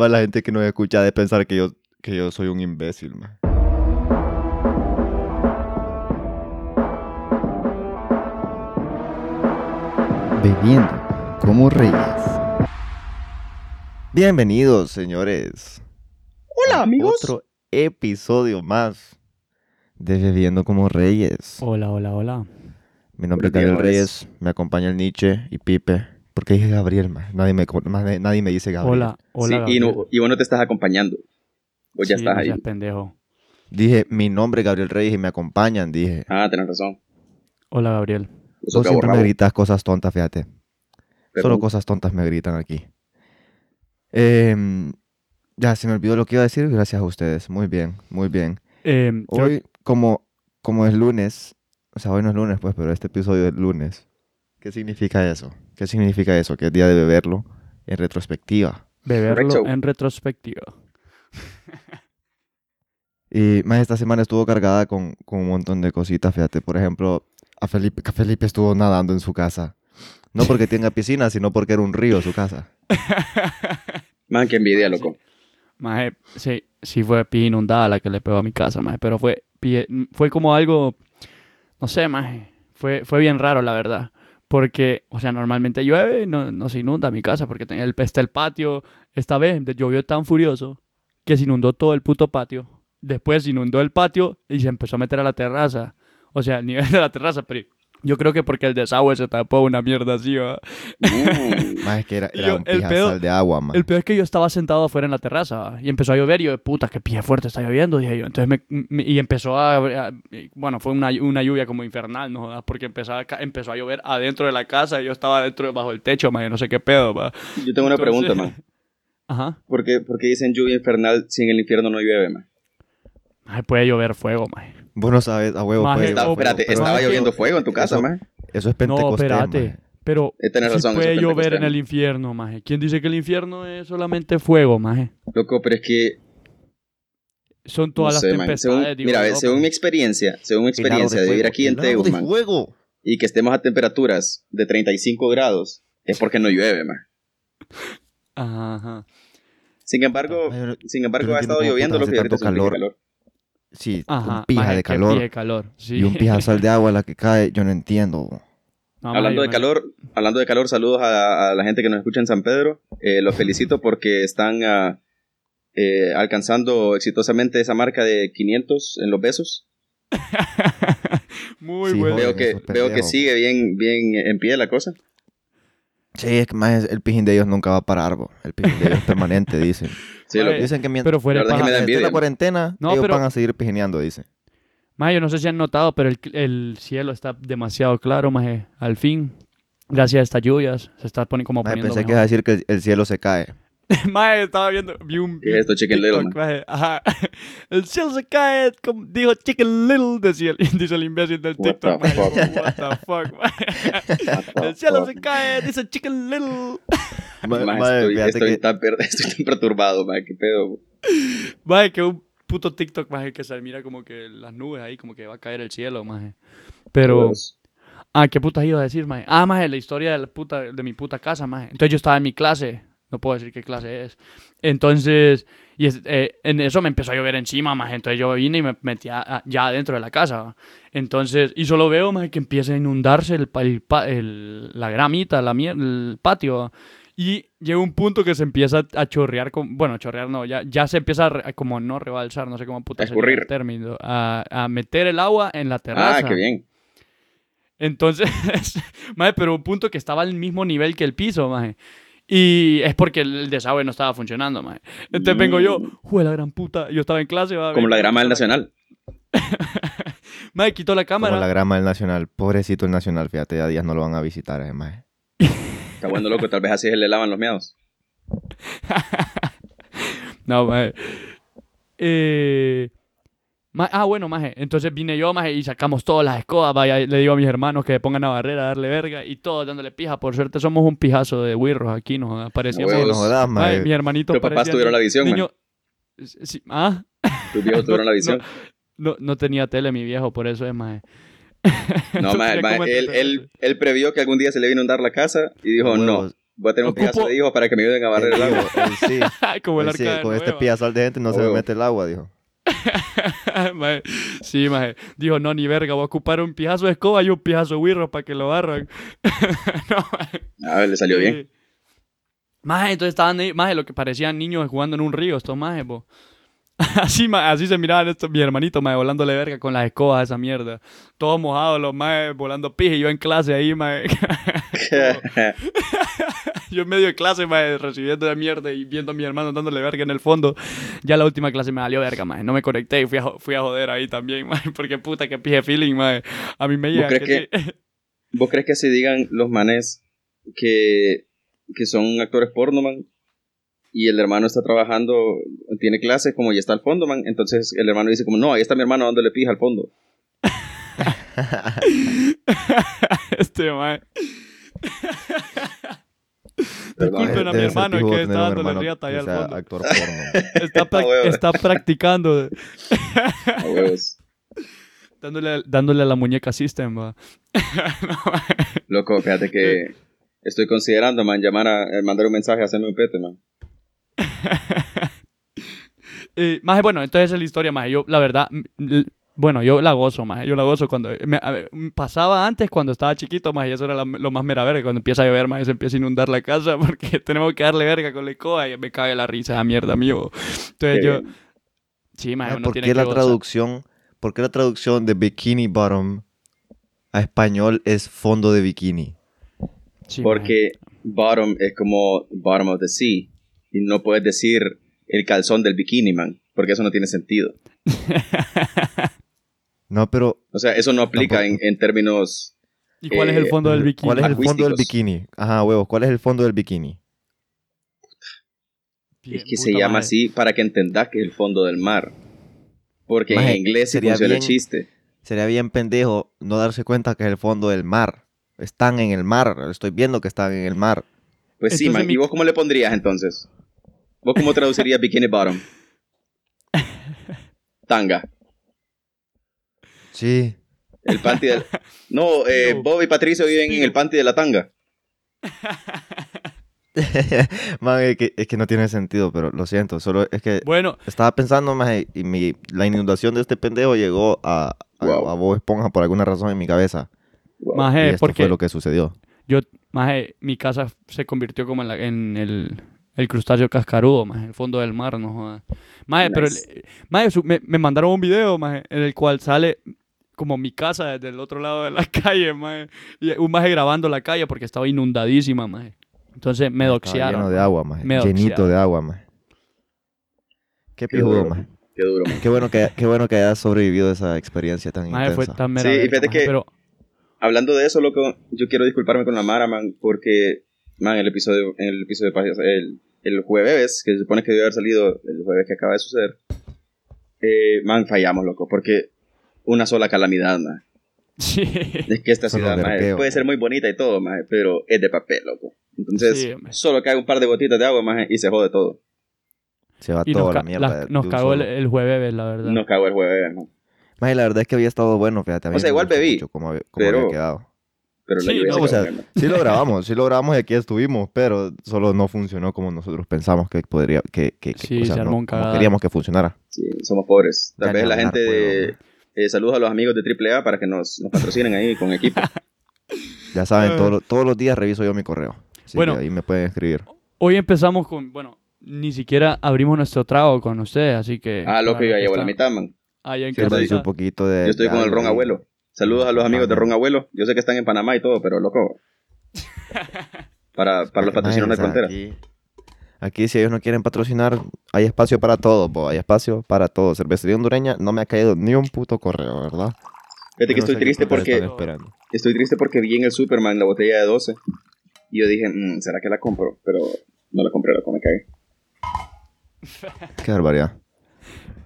va la gente que nos escucha de pensar que yo, que yo soy un imbécil, man. Bebiendo como reyes. Bienvenidos, señores. Hola, a amigos. Otro episodio más de Bebiendo como Reyes. Oh, Hola, hola, hola. Mi nombre es Buenos Gabriel días. Reyes, me acompaña el Nietzsche y Pipe. ¿Por qué dije Gabriel, man? Nadie me, co- nadie, nadie me dice Gabriel. Hola, hola. Sí, y, no- Gabriel. y vos no te estás acompañando. Vos ya Sí, estás no ahí. seas pendejo. Dije, mi nombre es Gabriel Reyes y me acompañan, dije. Ah, tenés razón. Hola, Gabriel. Eso Vos que siempre me borramos, gritas cosas tontas, fíjate. pero- Solo cosas tontas me gritan aquí. Em, ya se me olvidó lo que iba a decir, gracias a ustedes. Muy bien, muy bien. Eh, creo- Hoy, como, como es lunes, o sea, hoy no es lunes, pues, pero este episodio es lunes. ¿Qué significa eso? ¿Qué significa eso? Que es día de beberlo en retrospectiva. beberlo Correcto. en retrospectiva. Y más esta semana estuvo cargada con, con un montón de cositas, fíjate. Por ejemplo, a Felipe, que Felipe estuvo nadando en su casa. No porque tenga piscina, sino porque era un río su casa. Man, que envidia, loco. Maje, sí, sí fue pija inundada la que le pegó a mi casa, maje, pero fue, pie- fue como algo, no sé, maje, fue, fue bien raro, la verdad. Porque, o sea, normalmente llueve y no, no se inunda mi casa porque tenía el, está el patio. Esta vez de- llovió tan furioso que se inundó todo el puto patio. Después se inundó el patio y se empezó a meter a la terraza. O sea, el nivel de la terraza, pero yo creo que porque el desagüe se tapó una mierda así, ¿va? Mm. Más que era, era Yo- un el pedo- pijazal de agua, man. El peor es que yo estaba sentado afuera en la terraza y empezó a llover y yo, puta, qué pie fuerte está lloviendo, dije yo. Entonces me, me- y empezó a, a- bueno, fue una, una lluvia como infernal, no jodas, porque empezó a, ca- empezó a llover adentro de la casa y yo estaba dentro bajo el techo, man, yo no sé qué pedo, man. Yo tengo una pregunta, Entonces- man. Ajá. ¿Por qué, por qué dicen lluvia infernal si en el infierno no llueve, man? Ay, puede llover fuego, man. Vos no sabes, a huevo. Maje, puede Está- llover espérate, fuego, pero estaba eso- lloviendo fuego en tu casa, eso- man. Eso es No, pentecostés, espérate. maje. Pero Eh, tenés sí razón, eso puede es llover en pentecostés. el infierno, maje. ¿Quién dice que el infierno es solamente fuego, maje? Loco, pero es que. Son No todas sé, las man. tempestades, Según- digo mira, a ver, yo, según man. mi experiencia, según mi experiencia de Helado vivir fuego, aquí en helado Teus, de man, fuego. y que estemos a temperaturas de 35 grados, es porque no llueve, man. Ajá, ajá. Sin embargo, Ay, pero- sin embargo, pero ha entiendo estado cómo lloviendo, putas loco, y hace ahorita tanto es un pico de calor. calor. Sí, Ajá, un pija maje, de qué calor pija de calor, sí. y un pijazal de agua la que cae. Yo no entiendo. bo. No, maje, Hablando yo de me- calor, hablando de calor, saludos a, a la gente que nos escucha en San Pedro. Eh, los felicito porque están ah, eh, alcanzando exitosamente esa marca de 500 en los besos. Muy Sí, bueno. joder. Veo que, esos veo que pendejos. sigue bien, bien en pie la cosa. Sí, es que más el pijín de ellos nunca va a parar. bo. El pijín de ellos es permanente, dicen. Sí, lo- Eh, Dicen que mientras Pero fuera la de verdad es que me paja. da esté envidia. la cuarentena, No, ellos pero- van a seguir pijineando, dicen. Maje, yo no sé si han notado, pero el, el cielo está demasiado claro, maje. Al fin, gracias a estas lluvias, se está poniendo como Maje, poniendo pensé que iba a mejor. decir que el- el cielo se cae. Maje, estaba viendo, vi un ¿Qué es esto, Chicken Little, TikTok, maje. Ajá. El cielo se cae, como dijo Chicken Little, decía el- dice el imbécil del What TikTok, the maje. fuck. Como, What the fuck, maje. El cielo se cae, dice Chicken Little. Ma- Maje, maje, estoy, fíjate estoy que- tan per- estoy tan perturbado, man, qué pedo. Maje, que un puto TikTok, maje, que se mira como que las nubes ahí, como que va a caer el cielo, maje. Pero... Ah, ¿qué putas iba a decir, maje? Ah, maje, la historia de, la puta, de mi puta casa, maje. Entonces yo estaba en mi clase. No puedo decir qué clase es. Entonces, y es- eh, en eso me empezó a llover encima, maje. Entonces yo vine y me metí a- a- ya adentro de la casa. ¿va? Entonces, y solo veo, maje, que empieza a inundarse el, pa- el pa- el- la gramita, la mier- el patio. ¿va? Y llega un punto que se empieza a chorrear, con, bueno, chorrear no, ya, ya se empieza a, re- a como no rebalsar, no sé cómo puta A sería escurrir. el término, a, a meter el agua en la terraza. Ah, qué bien. Entonces, maje, pero un punto que estaba al mismo nivel que el piso, maje. Y es porque el desagüe no estaba funcionando, maje. Entonces Mm. vengo yo, jue la gran puta, yo estaba en clase, va, Como vengo, la grama del quito Nacional. la- Maje, quito la Como cámara. la grama del Nacional. Pobrecito el Nacional, fíjate, ya días no lo van a visitar, eh, además. Está bueno, loco, tal vez así se le lavan los miedos. No, maje. Eh, ma- ah, bueno, maje. Entonces vine yo, maje, y sacamos todas las escobas, vaya, le digo a mis hermanos que pongan a barrera, a darle verga, y todos dándole pija. Por suerte somos un pijazo de wirros aquí, nos parecíamos... Huevos. no jodas, maje. Maje, mis hermanitos Los papás parecían tuvieron la visión, man. niños- Sí, ¿Ah? Tus viejos tuvieron la visión. No, no tenía tele mi viejo, por eso es más. No, ma, ma, él, él, él previó que algún día se le iba a inundar la casa y dijo, no, Huevos. Voy a tener un Ocupo- pedazo de hijos para que me ayuden a barrer el agua. Él sí, como el él arca sí, de con este Noé, piazal de gente no se me Huevo. mete el agua, dijo. Mae, sí, mae. Dijo, no, ni verga, voy a ocupar un pijazo de escoba y un pijazo de wirro para que lo barran. no, mae. A ver, Ah, le salió bien. Sí. Mae, entonces estaban ahí, mae, lo que parecían niños jugando en un río, estos majes, bo. Así, mae, así se miraban estos, mi hermanito, mae, volándole verga con las escobas, esa mierda. Todos mojados, los majes, volando pija, y yo en clase ahí, mae. Yo en medio de clase, mae, recibiendo de mierda y viendo a mi hermano dándole verga en el fondo. Ya la última clase me valió verga, mae. No me conecté y fui a, jo- fui a joder ahí también, mae. Porque puta, que pije feeling, mae. A mí me llega crees ¿Vos crees que si digan los manes que, que son actores porno, man? Y el hermano está trabajando, tiene clases, como ya está al fondo, man. Entonces el hermano dice como, no, ahí está mi hermano dándole pija al fondo. este, mae. Perdón. Disculpen a Debe mi ser hermano, es pijudo que tener un estaba dándole hermano riata ahí que al sea fondo. actor porno. Está, prac- Ah, huevo. está practicando, A huevos. dándole, dándole a la muñeca System, va. Loco, fíjate que estoy considerando, man, llamar a, eh, mandar un mensaje, hacerme un pete, man. Eh, maje, bueno, entonces esa es la historia, maje. Yo, la verdad, m- l- bueno, yo la gozo, maje. Yo la gozo cuando... me- a ver, m- pasaba antes cuando estaba chiquito, maje, y eso era la- lo más mera verga. Cuando empieza a llover, maje, se empieza a inundar la casa porque tenemos que darle verga con la escoba y me cae la risa esa mierda, amigo. Entonces Qué yo... Sí, maje, Ah, uno ¿Por tiene qué que la gozar. traducción? ¿Por qué la traducción de bikini bottom a español es fondo de bikini? Sí, maje. Porque bottom es como bottom of the sea. Y no puedes decir el calzón del bikini, man. Porque eso no tiene sentido. No, pero O sea, eso no aplica en, en términos... ¿Y cuál es el eh, fondo del bikini? ¿cuál es el fondo del Lingüísticos. bikini? Ajá, huevos, ¿cuál es el fondo del bikini? Bien, es que se puta, llama maje. así para que entendás que es el fondo del mar. Porque Maje, en inglés sí sería funciona el bien- chiste. Sería bien pendejo no darse cuenta que es el fondo del mar. Están en el mar, estoy viendo que están en el mar. Pues sí, Entonces man. mi- ¿Y vos cómo le pondrías entonces? ¿Vos cómo traducirías bikini bottom? Tanga. Sí. El panty del... No, eh, No. Bob y Patricio viven en el panty de la tanga. Man, es que, es que no tiene sentido, pero lo siento. Solo es que Bueno, estaba pensando más y mi, la inundación de este pendejo llegó a, a, Wow. a Bob Esponja por alguna razón en mi cabeza. Wow. y maje, esto Eh, porque... fue lo que sucedió. Maje, mi casa se convirtió como en, la- en el, el crustáceo cascarudo, maje, el fondo del mar, no jodas. Maje, pero el- maje, su- me, me mandaron un video, maje, en el cual sale como mi casa desde el otro lado de la calle, maje, y un maje grabando la calle porque estaba inundadísima, maje. Entonces Estaba me Lleno doxearon. de agua, maje. Me Llenito doxearon. de agua, maje. Qué Qué pijudo, duro. maje. Qué duro, man. Qué bueno que, qué bueno que hayas sobrevivido a esa experiencia tan Maje, fue intensa. tan mera Sí, y verga, fíjate maje, que- pero Hablando de eso, loco, yo quiero disculparme con la Mara, man, porque, man, el episodio, el episodio, pas- el, el jueves, que se supone que debe haber salido el jueves que acaba de suceder, eh, man, fallamos, loco, porque una sola calamidad, man. sí. Es que esta Solo ciudad, man, vergueo. puede ser muy bonita y todo, man, pero es de papel, loco. Entonces, Sí, hombre. solo cae un par de gotitas de agua, man, y se jode todo. Se va Y toda nos, la ca- mierda. las- de- nos de un cagó el, solo. el jueves, la verdad. Nos cagó el jueves, man. Maje, la verdad es que había estado bueno, fíjate. a O mí sea, me igual gustó bebí, mucho cómo había, cómo pero- había quedado. Pero la Sí, lluvia no, se o sea, cagó, man. Sí lo grabamos, sí lo grabamos y aquí estuvimos, pero solo no funcionó como nosotros pensamos que podría, que, que, que- Sí, o sea, se no- armó un como cagadal. queríamos que funcionara. Sí, somos pobres. Tal Ya pues, vez ni la hablar gente puedo, de... eh, saludos a los amigos de AAA para que nos, nos patrocinen ahí con equipo. Ya saben, Ah. todo lo- todos los días reviso yo mi correo. Así Bueno. que ahí me pueden escribir. Hoy empezamos con, bueno, ni siquiera abrimos nuestro trago con ustedes, así que... Ah, loco, yo ya ahí llevo la mitad, man. Allá en Yo estoy- reviso casa. un poquito de... Yo estoy de con el algo Ron ahí. Abuelo. Saludos a los amigos de Ajá. Ron Abuelo. Yo sé que están en Panamá y todo, pero loco. Para, para los Porque, patrocinados maje, de o sea, frontera. Aquí, aquí, si ellos no quieren patrocinar, hay espacio para todo, po, hay espacio para todo. Cervecería hondureña, no me ha caído ni un puto correo, ¿verdad? Fíjate que Yo no sé estoy qué triste putas porque están esperando. estoy triste porque vi en el Superman la botella de 12 y yo dije, "Mm, ¿será que la compro? Pero no la compré, loco, me cagué. Qué barbaridad.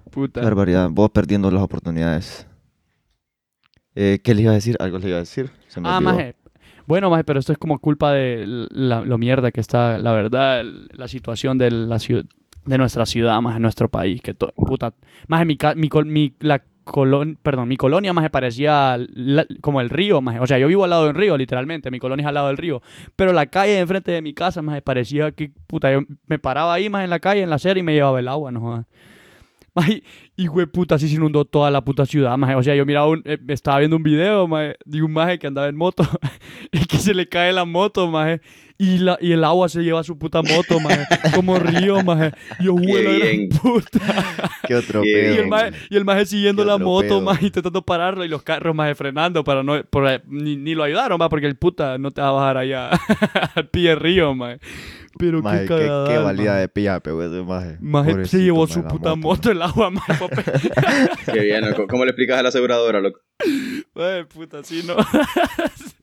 Qué Puta. barbaridad. Vos perdiendo las oportunidades. Eh, ¿Qué les iba a decir? Algo les iba a decir. Se me Ah, olvidó. maje. Bueno, maje, pero esto es como culpa de la- lo mierda que está, la verdad, el- la situación de la ciu- de nuestra ciudad, maje, nuestro país, que todo, puta. Maje, mi, ca- mi, col- mi- la colon, perdón, mi colonia más parecía la- como el río, más. O sea, yo vivo al lado del río, literalmente. Mi colonia es al lado del río. Pero la calle de enfrente de mi casa más parecía que, puta, yo me paraba ahí más en la calle, en la acera y me llevaba el agua, no jodas. Maje, y güey, puta, así se inundó toda la puta ciudad, maje. O sea, yo miraba, un, eh, estaba viendo un video, maje, de un maje que andaba en moto y que se le cae la moto, maje. Y, la, y el agua se lleva a su puta moto, maje. Como río, maje. Yo, güey, la gran bien. puta. Qué otro Y pedo. Y el, maje, y el maje siguiendo Qué la otro moto, pedo. maje, intentando pararlo y los carros, maje, frenando para no... por- eh, ni, ni lo ayudaron, maje, porque el puta no te va a bajar allá al pie del río, maje. Pero Maje, qué qué, cagada. qué valía de piape, güey, ese maje. Maje, Pobrecito, se llevó maje, su la puta moto el agua, maje, papá. Qué bien, loco. ¿Cómo le explicas a la aseguradora, loco? Ay, puta, sí, no.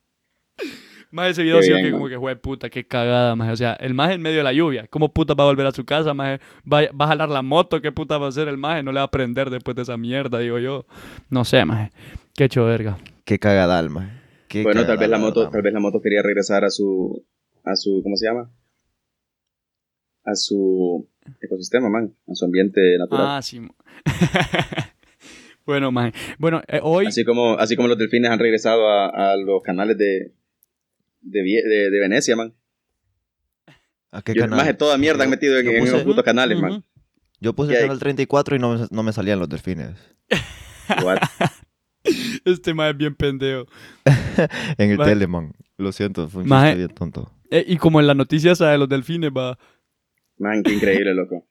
más ese video Qué sí, bien, que man. como que, güey, puta, qué cagada, más. O sea, el más en medio de la lluvia. ¿Cómo puta va a volver a su casa, más? Va, va a jalar la moto, ¿qué puta va a hacer el más? No le va a prender después de esa mierda, digo yo. No sé, más. Qué hecho verga. Qué cagadal, maje. Qué Bueno, tal vez la cagadal, moto, verdad, tal vez la moto quería regresar a su, a su, ¿cómo se llama? A su ecosistema, man, a su ambiente natural. Ah, sí. mo- bueno, más. Bueno, eh, hoy. así como, así como los delfines han regresado a, a los canales de, de, Vie- de- de Venecia, man. ¿A qué Yo- canal? Más de toda mierda han Yo- metido en, yo en puse- los putos canales, Ujú. man. Yo puse Ya, el canal 34 y no me, no me salían los delfines. What? Este más es bien pendejo. En el Maje. Teleman. Lo siento, fue un Maje. chiste bien tonto. Eh, y como en la noticia esa de los delfines, va. Man, qué increíble, loco.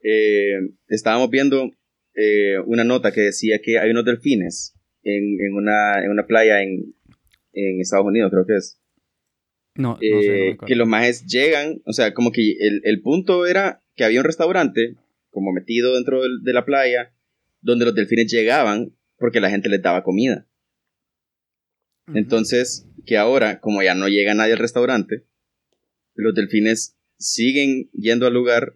Eh, estábamos viendo eh, una nota que decía que hay unos delfines en, en una, en una playa en, en Estados Unidos, creo que es. No, no sé, no me eh, acuerdo. que los majes llegan, o sea, como que el, el punto era que había un restaurante como metido dentro del- de la playa donde los delfines llegaban porque la gente les daba comida. Ujú. Entonces, que ahora, como ya no llega nadie al restaurante, los delfines siguen yendo al lugar,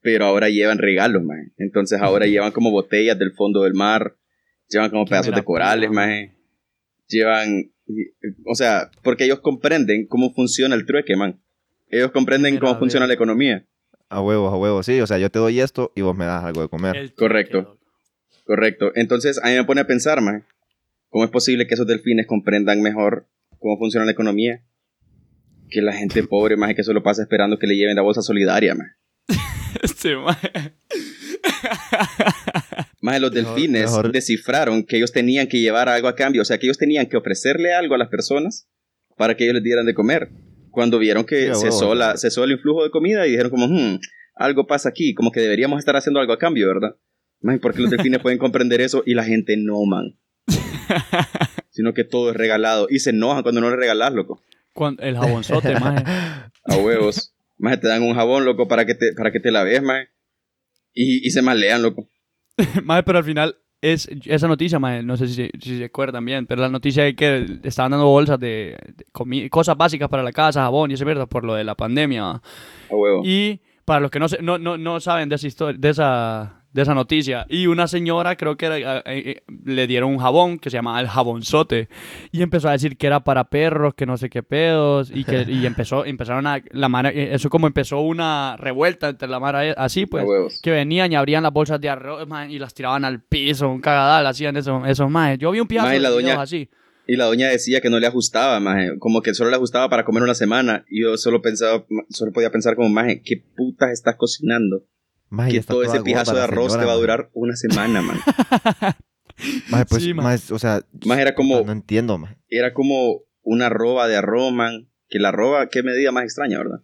pero ahora llevan regalos, maje. Entonces ahora llevan como botellas del fondo del mar, llevan como Qué pedazos de mera corales, pila, maje. Llevan, o sea, porque ellos comprenden cómo funciona el trueque, man. Ellos comprenden Mera cómo funciona la verga. economía, A huevos, a huevos. Sí, o sea, yo te doy esto y vos me das algo de comer. El- Correcto. correcto. Entonces a mí me pone a pensar, man, cómo es posible que esos delfines comprendan mejor cómo funciona la economía que la gente pobre, más que solo pasa esperando que le lleven la bolsa solidaria, man. Este más. Más los Mejor- delfines mejor- descifraron que ellos tenían que llevar algo a cambio, o sea, que ellos tenían que ofrecerle algo a las personas para que ellos les dieran de comer. Cuando vieron Sí, que a se huevo, cesó, la- sí. cesó el influjo de comida y dijeron como, "Hmm, algo pasa aquí, como que deberíamos estar haciendo algo a cambio, ¿verdad? Man, porque los delfines pueden comprender eso y la gente no, man. Sino que todo es regalado y se enojan cuando no le regalas, loco. Cuan- el jabonzote, maje. A huevos. Más te dan un jabón, loco, para que te, para que te laves, man. Y, y se malean, loco. Maje, pero al final, es, esa noticia, maje, no sé si, se- si se acuerdan bien, pero la noticia es que estaban dando bolsas de, de comi- cosas básicas para la casa, jabón y esa mierda por lo de la pandemia. ¿va? A huevos. Y para los que no, se- no, no, no saben de esa, historia, de, esa, de esa noticia, y una señora, creo que era, eh, eh, le dieron un jabón que se llamaba el jabonzote, y empezó a decir que era para perros, que no sé qué pedos, y que y empezó, empezaron a, la mara, eh, eso como empezó una revuelta entre la mara, eh, así pues, a huevos. que venían y abrían las bolsas de arroz man, y las tiraban al piso, un cagadal, hacían eso, esos majes. Yo vi un pijazo Maje, de la doña- videos así. Y la doña decía que no le ajustaba, maje, como que solo le ajustaba para comer una semana. Y yo solo pensaba, solo podía pensar como, maje, ¿qué putas estás cocinando? Maje, que está todo toda ese pijazo gorda de la arroz señora, te va a maje. durar una semana, man. Maje, pues, Sí, maje. maje, o sea, Maje, era como, no entiendo, maje. era como una roba de arroz, man. Que la roba, qué medida más extraña, ¿verdad?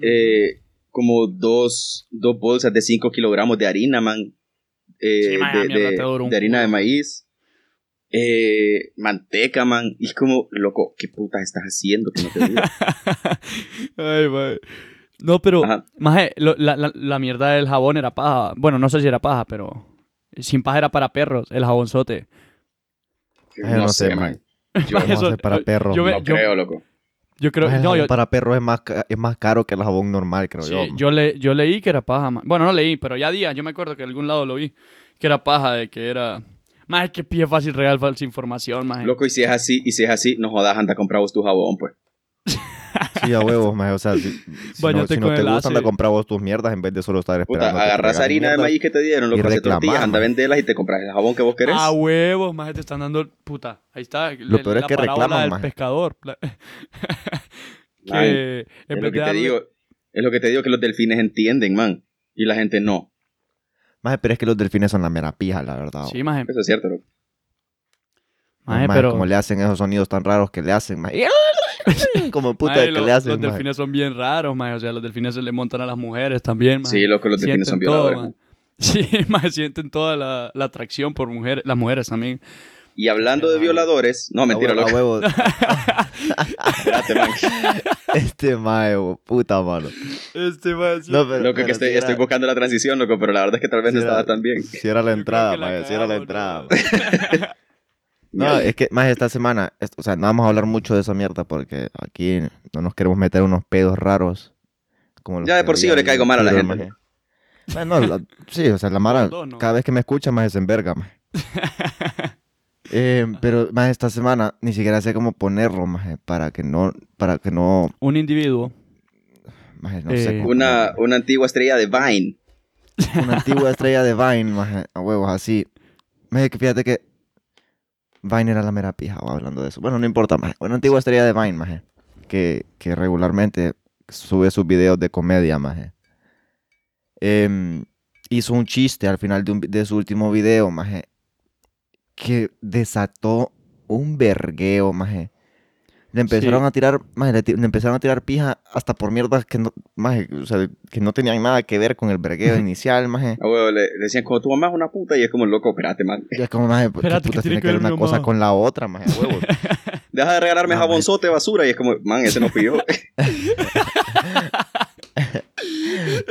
Eh, como dos, dos bolsas de 5 kilogramos de harina, man. Eh, Sí, maje, de, la mierda de- te dura un de harina de culo. maíz. Eh, manteca, man. Y es como, loco, ¿qué putas estás haciendo? Que no te dura? Ay, maje. No, pero, Ajá. maje, lo- la, la- la mierda del jabón era paja. Bueno, no sé si era paja, pero sin paja era para perros, el jabonzote. Maje, no sé, maje. Yo Vamos a Eso- hacer para yo- perros. yo ve- maje. no creo, loco. Yo creo, Maje, el no, jabón yo, para perros es más, ca- es más caro que el jabón normal, creo sí, yo. maje. yo le, yo leí que era paja. ma- Bueno, no leí, pero ya día, yo me acuerdo que en algún lado lo vi, que era paja, de que era... Maje, qué pie fácil real falsa información, maje. Loco, y si es así, y si es así, no jodas, anda a comprar vos tu jabón, pues. Sí, a huevos, maje. O sea, si, si no, Báñate si no con te el gusta, anda a ace. comprar vos tus mierdas en vez de solo estar Puta, esperando. que te agarras regalen harina de mierdas. maíz que te dieron, y Ah, loco, hace reclamás, tortillas, anda man. a venderlas y te compras el jabón que vos querés. A huevos, maje, te están dando. Puta, ahí está. Lo peor es que parábola reclaman, del maje. pescador. La- Ay, que en es lo vez que de te darle- digo, es lo que te digo que los delfines entienden, man, y la gente no. Maje, pero es que los delfines son la mera pija, la verdad. Sí, maje. Eso es cierto, loco. Maje, Maje, pero. Como le hacen esos sonidos tan raros que le hacen, maje. Como puta maje, que los, le hacen, los maje. delfines son bien raros, maje. O sea, los delfines se le montan a las mujeres también, maje. Sí, loco, los delfines son Sienten todo, violadores. man. maje. Sí, maje, sienten toda la, la atracción por mujeres, las mujeres también. Y hablando de violadores, Violadores. no, mentira, a hue- a loco. huevos. ah, espérate, man. Este mae, bo- puta mano. Este, maje, sí. No, pero, Loco, que pero estoy, sí era- estoy buscando la transición, loco, pero la verdad es que tal vez sí no era- estaba tan bien. Si era la Yo creo entrada, que la mae, si era la cagamos, entrada. ¿no? mae. No, es que más esta semana, es- o sea, no vamos a hablar mucho de esa mierda porque aquí no nos queremos meter unos pedos raros. Como los Ya de que por sí yo había le caigo en mal a la Twitter, gente. maje. Bueno, la- sí, o sea, la Mara, Los dos, ¿no? cada vez que me escucha, más es en verga, maje. Eh, pero más esta semana ni siquiera sé cómo ponerlo, maje, para que no, para que no, Un individuo. maje, no Eh, sé cómo Una, ponerlo. una antigua estrella de Vine. Una antigua estrella de Vine, maje, a huevos, así. Maje, que fíjate que Vine era la mera pija, o hablando de eso. Bueno, no importa, maje. Una antigua estrella de Vine, maje, que, que regularmente sube sus videos de comedia, maje. Em, hizo un chiste al final de, un vi- de su último video, maje, que desató un vergueo, maje. Le empezaron Sí. a tirar, maje, le, ti- le empezaron a tirar pija hasta por mierdas que no, maje, o sea, que no tenían nada que ver con el vergueo inicial, maje. A huevo, le, le decían, como tu mamá es una puta, y es como, loco, espérate, man. Ya como, maje, ¿qué Espérate, putas que tiene tiene que que ver ver una mi cosa mamá? con la otra, maje? Huevos. Deja de regalarme No, jabonzote de basura, y es como, man, ese no pidió.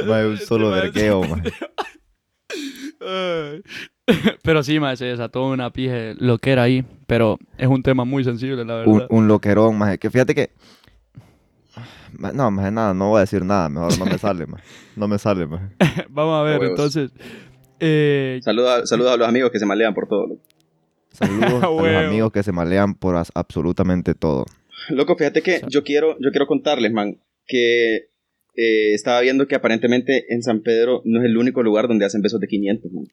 Maje, un solo maje- vergueo, maje. Ay. Pero sí, maje, se desató una pije loquera ahí. Pero es un tema muy sensible, la Un, verdad. un loquerón, maje. Que fíjate que... Ma- No, maje, nada, no voy a decir nada. Mejor no me sale, maje. No me sale, maje. Vamos a ver, Huevos. entonces. Eh, Saluda, saluda a los amigos que se malean por todo, loco. Saludos a los Huevo. amigos que se malean por as- absolutamente todo. Loco, fíjate que yo quiero, yo quiero contarles, man, que eh, estaba viendo que aparentemente en San Pedro no es el único lugar donde hacen besos de 500, man.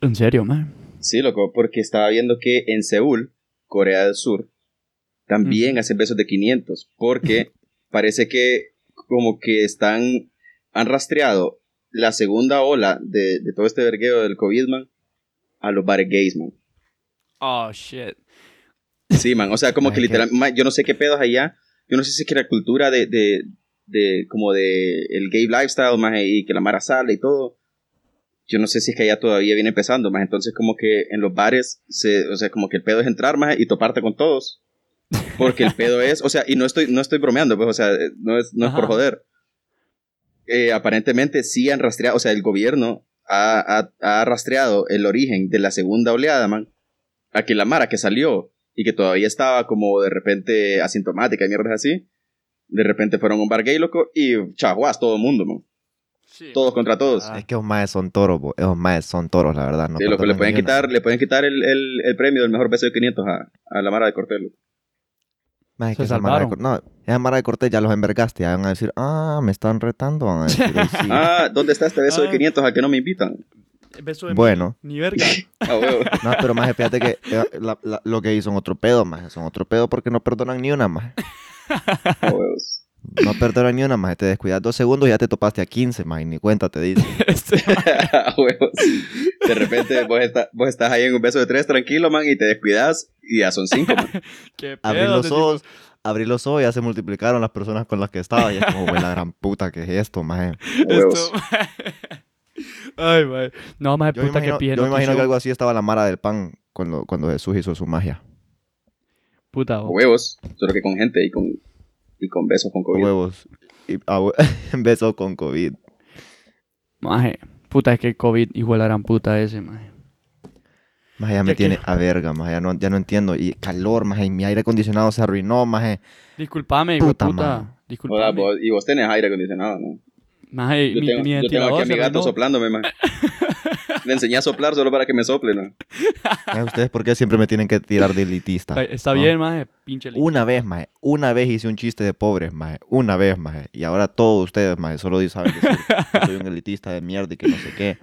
en serio, man. Sí, loco, porque estaba viendo que en Seúl, Corea del Sur, también hacen besos de 500, porque parece que como que están, han rastreado la segunda ola de, de todo este vergueo del COVID, man, a los bares gays, man. Oh, shit. Sí, man, o sea, como Ay, que qué- literal, man, yo no sé qué pedos allá, yo no sé si es que la cultura de, de, de como de el gay lifestyle, más y que la mara sale y todo, yo no sé si es que allá todavía viene empezando, más entonces como que en los bares, se, o sea, como que el pedo es entrar, más y toparte con todos, porque el pedo es, o sea, y no estoy, no estoy bromeando, pues, o sea, eh, no es, no es por Ajá. joder. Eh, aparentemente sí han rastreado, o sea, el gobierno ha, ha- ha rastreado el origen de la segunda oleada, man, a que la mara que salió y que todavía estaba como de repente asintomática y mierdas así, de repente fueron a un bar gay, loco, y chaguas, todo el mundo, man, Sí, todos contra todos. Ah. Es que esos maes son toros, bo. Esos maes son toros, la verdad. No Sí, loco, le perdonan pueden ni una. quitar, le pueden quitar el, el- el premio del mejor beso de 500 a, a la Mara de Cortelo. Maje, Se que esa Mara de salvaron. Cor- no, esa Mara de Cortés ya los envergaste. Ya van a decir, ah, me están retando. Van a decir, "Ay, sí". Ah, ¿dónde está este beso de Ah. 500 a que no me invitan? Beso de Bueno. mi- Ni verga. Ah, huevo. No, pero más fíjate que eh, la- la- lo que hizo son otro pedo, más son otro pedo porque no perdonan ni una más. Ah, huevos. No perdonan ni una más, te descuidas dos segundos y ya te topaste a 15 más y ni cuenta te dice. Este, Ah, huevos. De repente vos, está- vos estás ahí en un beso de tres tranquilo, man, y te descuidas y ya son cinco, man. qué pedo. Abrí los este ojos, abrí los ojos y ya se multiplicaron las personas con las que estaba y es como, güey, la gran puta que es esto, más. Ah, tipo- huevos. Esto- Ay, maje. No, maje, Yo me puta, que imagino, pije. yo me imagino que notición. algo así estaba la mara del pan cuando, cuando Jesús hizo su magia. Puta, bo. Huevos. Solo que con gente y con, y con besos con COVID. Huevos. Y, ah, hue- beso con COVID. Maje, puta, es que COVID, hijo de la gran puta ese, maje. Más ya me Ya que- tiene a verga, más ya no, ya no entiendo. Y calor, más y mi aire acondicionado se arruinó, más. Disculpame, hijo de Puta, maje. puta. Hola, Disculpame. vos- y vos tenés aire acondicionado, ¿no? Maje, Yo mi, tengo, mi yo tengo ventilador aquí a mi se gato arruinó. soplándome, man. Le enseñé a soplar solo para que me sople, ¿no? Ay, ¿Ustedes por qué siempre me tienen que tirar de elitista? Está, está Ah. bien, maje, pinche lindo. Una vez, maje. Una vez hice un chiste de pobres, maje. Una vez, maje. Y ahora todos ustedes, maje, solo di- saben decir que soy un elitista de mierda y que no sé qué.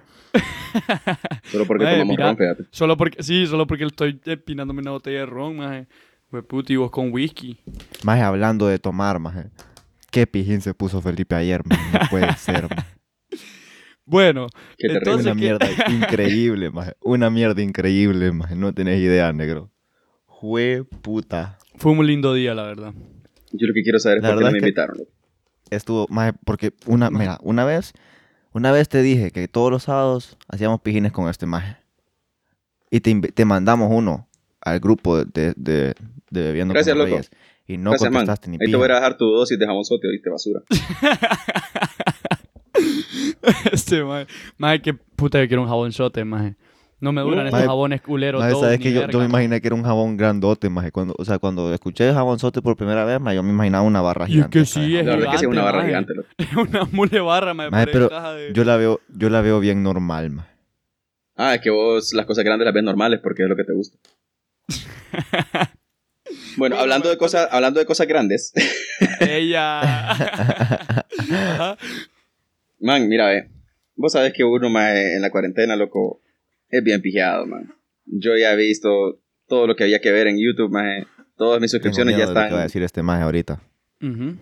Solo porque Mae, tomamos mira. ron, fíjate. Solo porque, sí, solo porque estoy eh, pinándome una botella de ron, maje. Hue puta, y vos con whisky. Maje, hablando de tomar, maje. Qué pijín se puso Felipe ayer, maje. No puede ser, maje. Bueno, Qué terrible. Entonces, Una ¿qué? mierda increíble, maje. Una mierda increíble, maje. No tenés idea, negro. Jue puta. fue un lindo día, la verdad. Yo lo que quiero saber es La por qué no verdad me es que- invitaron. loco. Estuvo, maje, porque una, mira, una vez, una vez te dije que todos los sábados hacíamos pijines con este maje. Y te, invi- te mandamos uno al grupo de, de, de Bebiendo Gracias, con los loco. Reyes. Y no Gracias, man. contestaste ni Ahí te voy a pija. dejar tu dosis de jamonzote, oíste, basura. Este, maje. Maje, que puta, yo quiero un jabonzote, maje. No me duran estos Maje, jabones culeros. Maje, Todos, sabes ni que yo, verga, yo me maje. imaginé que era un jabón grandote, maje. Cuando, o sea, cuando escuché el jabonzote por primera vez, maje, yo me imaginaba una barra Y es gigante. que acá de sí, jabón. Es La verdad es que sí es una gigante, barra mae. gigante, loco. una mule barra, maje. Maje, parece pero caja de- Yo la veo, yo la veo bien normal, maje. Ah, es que vos las cosas grandes las ves normales porque es lo que te gusta. Bueno, Bueno, hablando de bueno, cosas, hablando de cosas grandes, Ella. Ajá. man, mira, eh, vos sabés que uno más en la cuarentena, loco, es bien pijado, man. Yo ya he visto todo lo que había que ver en YouTube, man. Todas mis Tengo suscripciones ya miedo de lo que va a están. decir este maje ahorita. Ujú.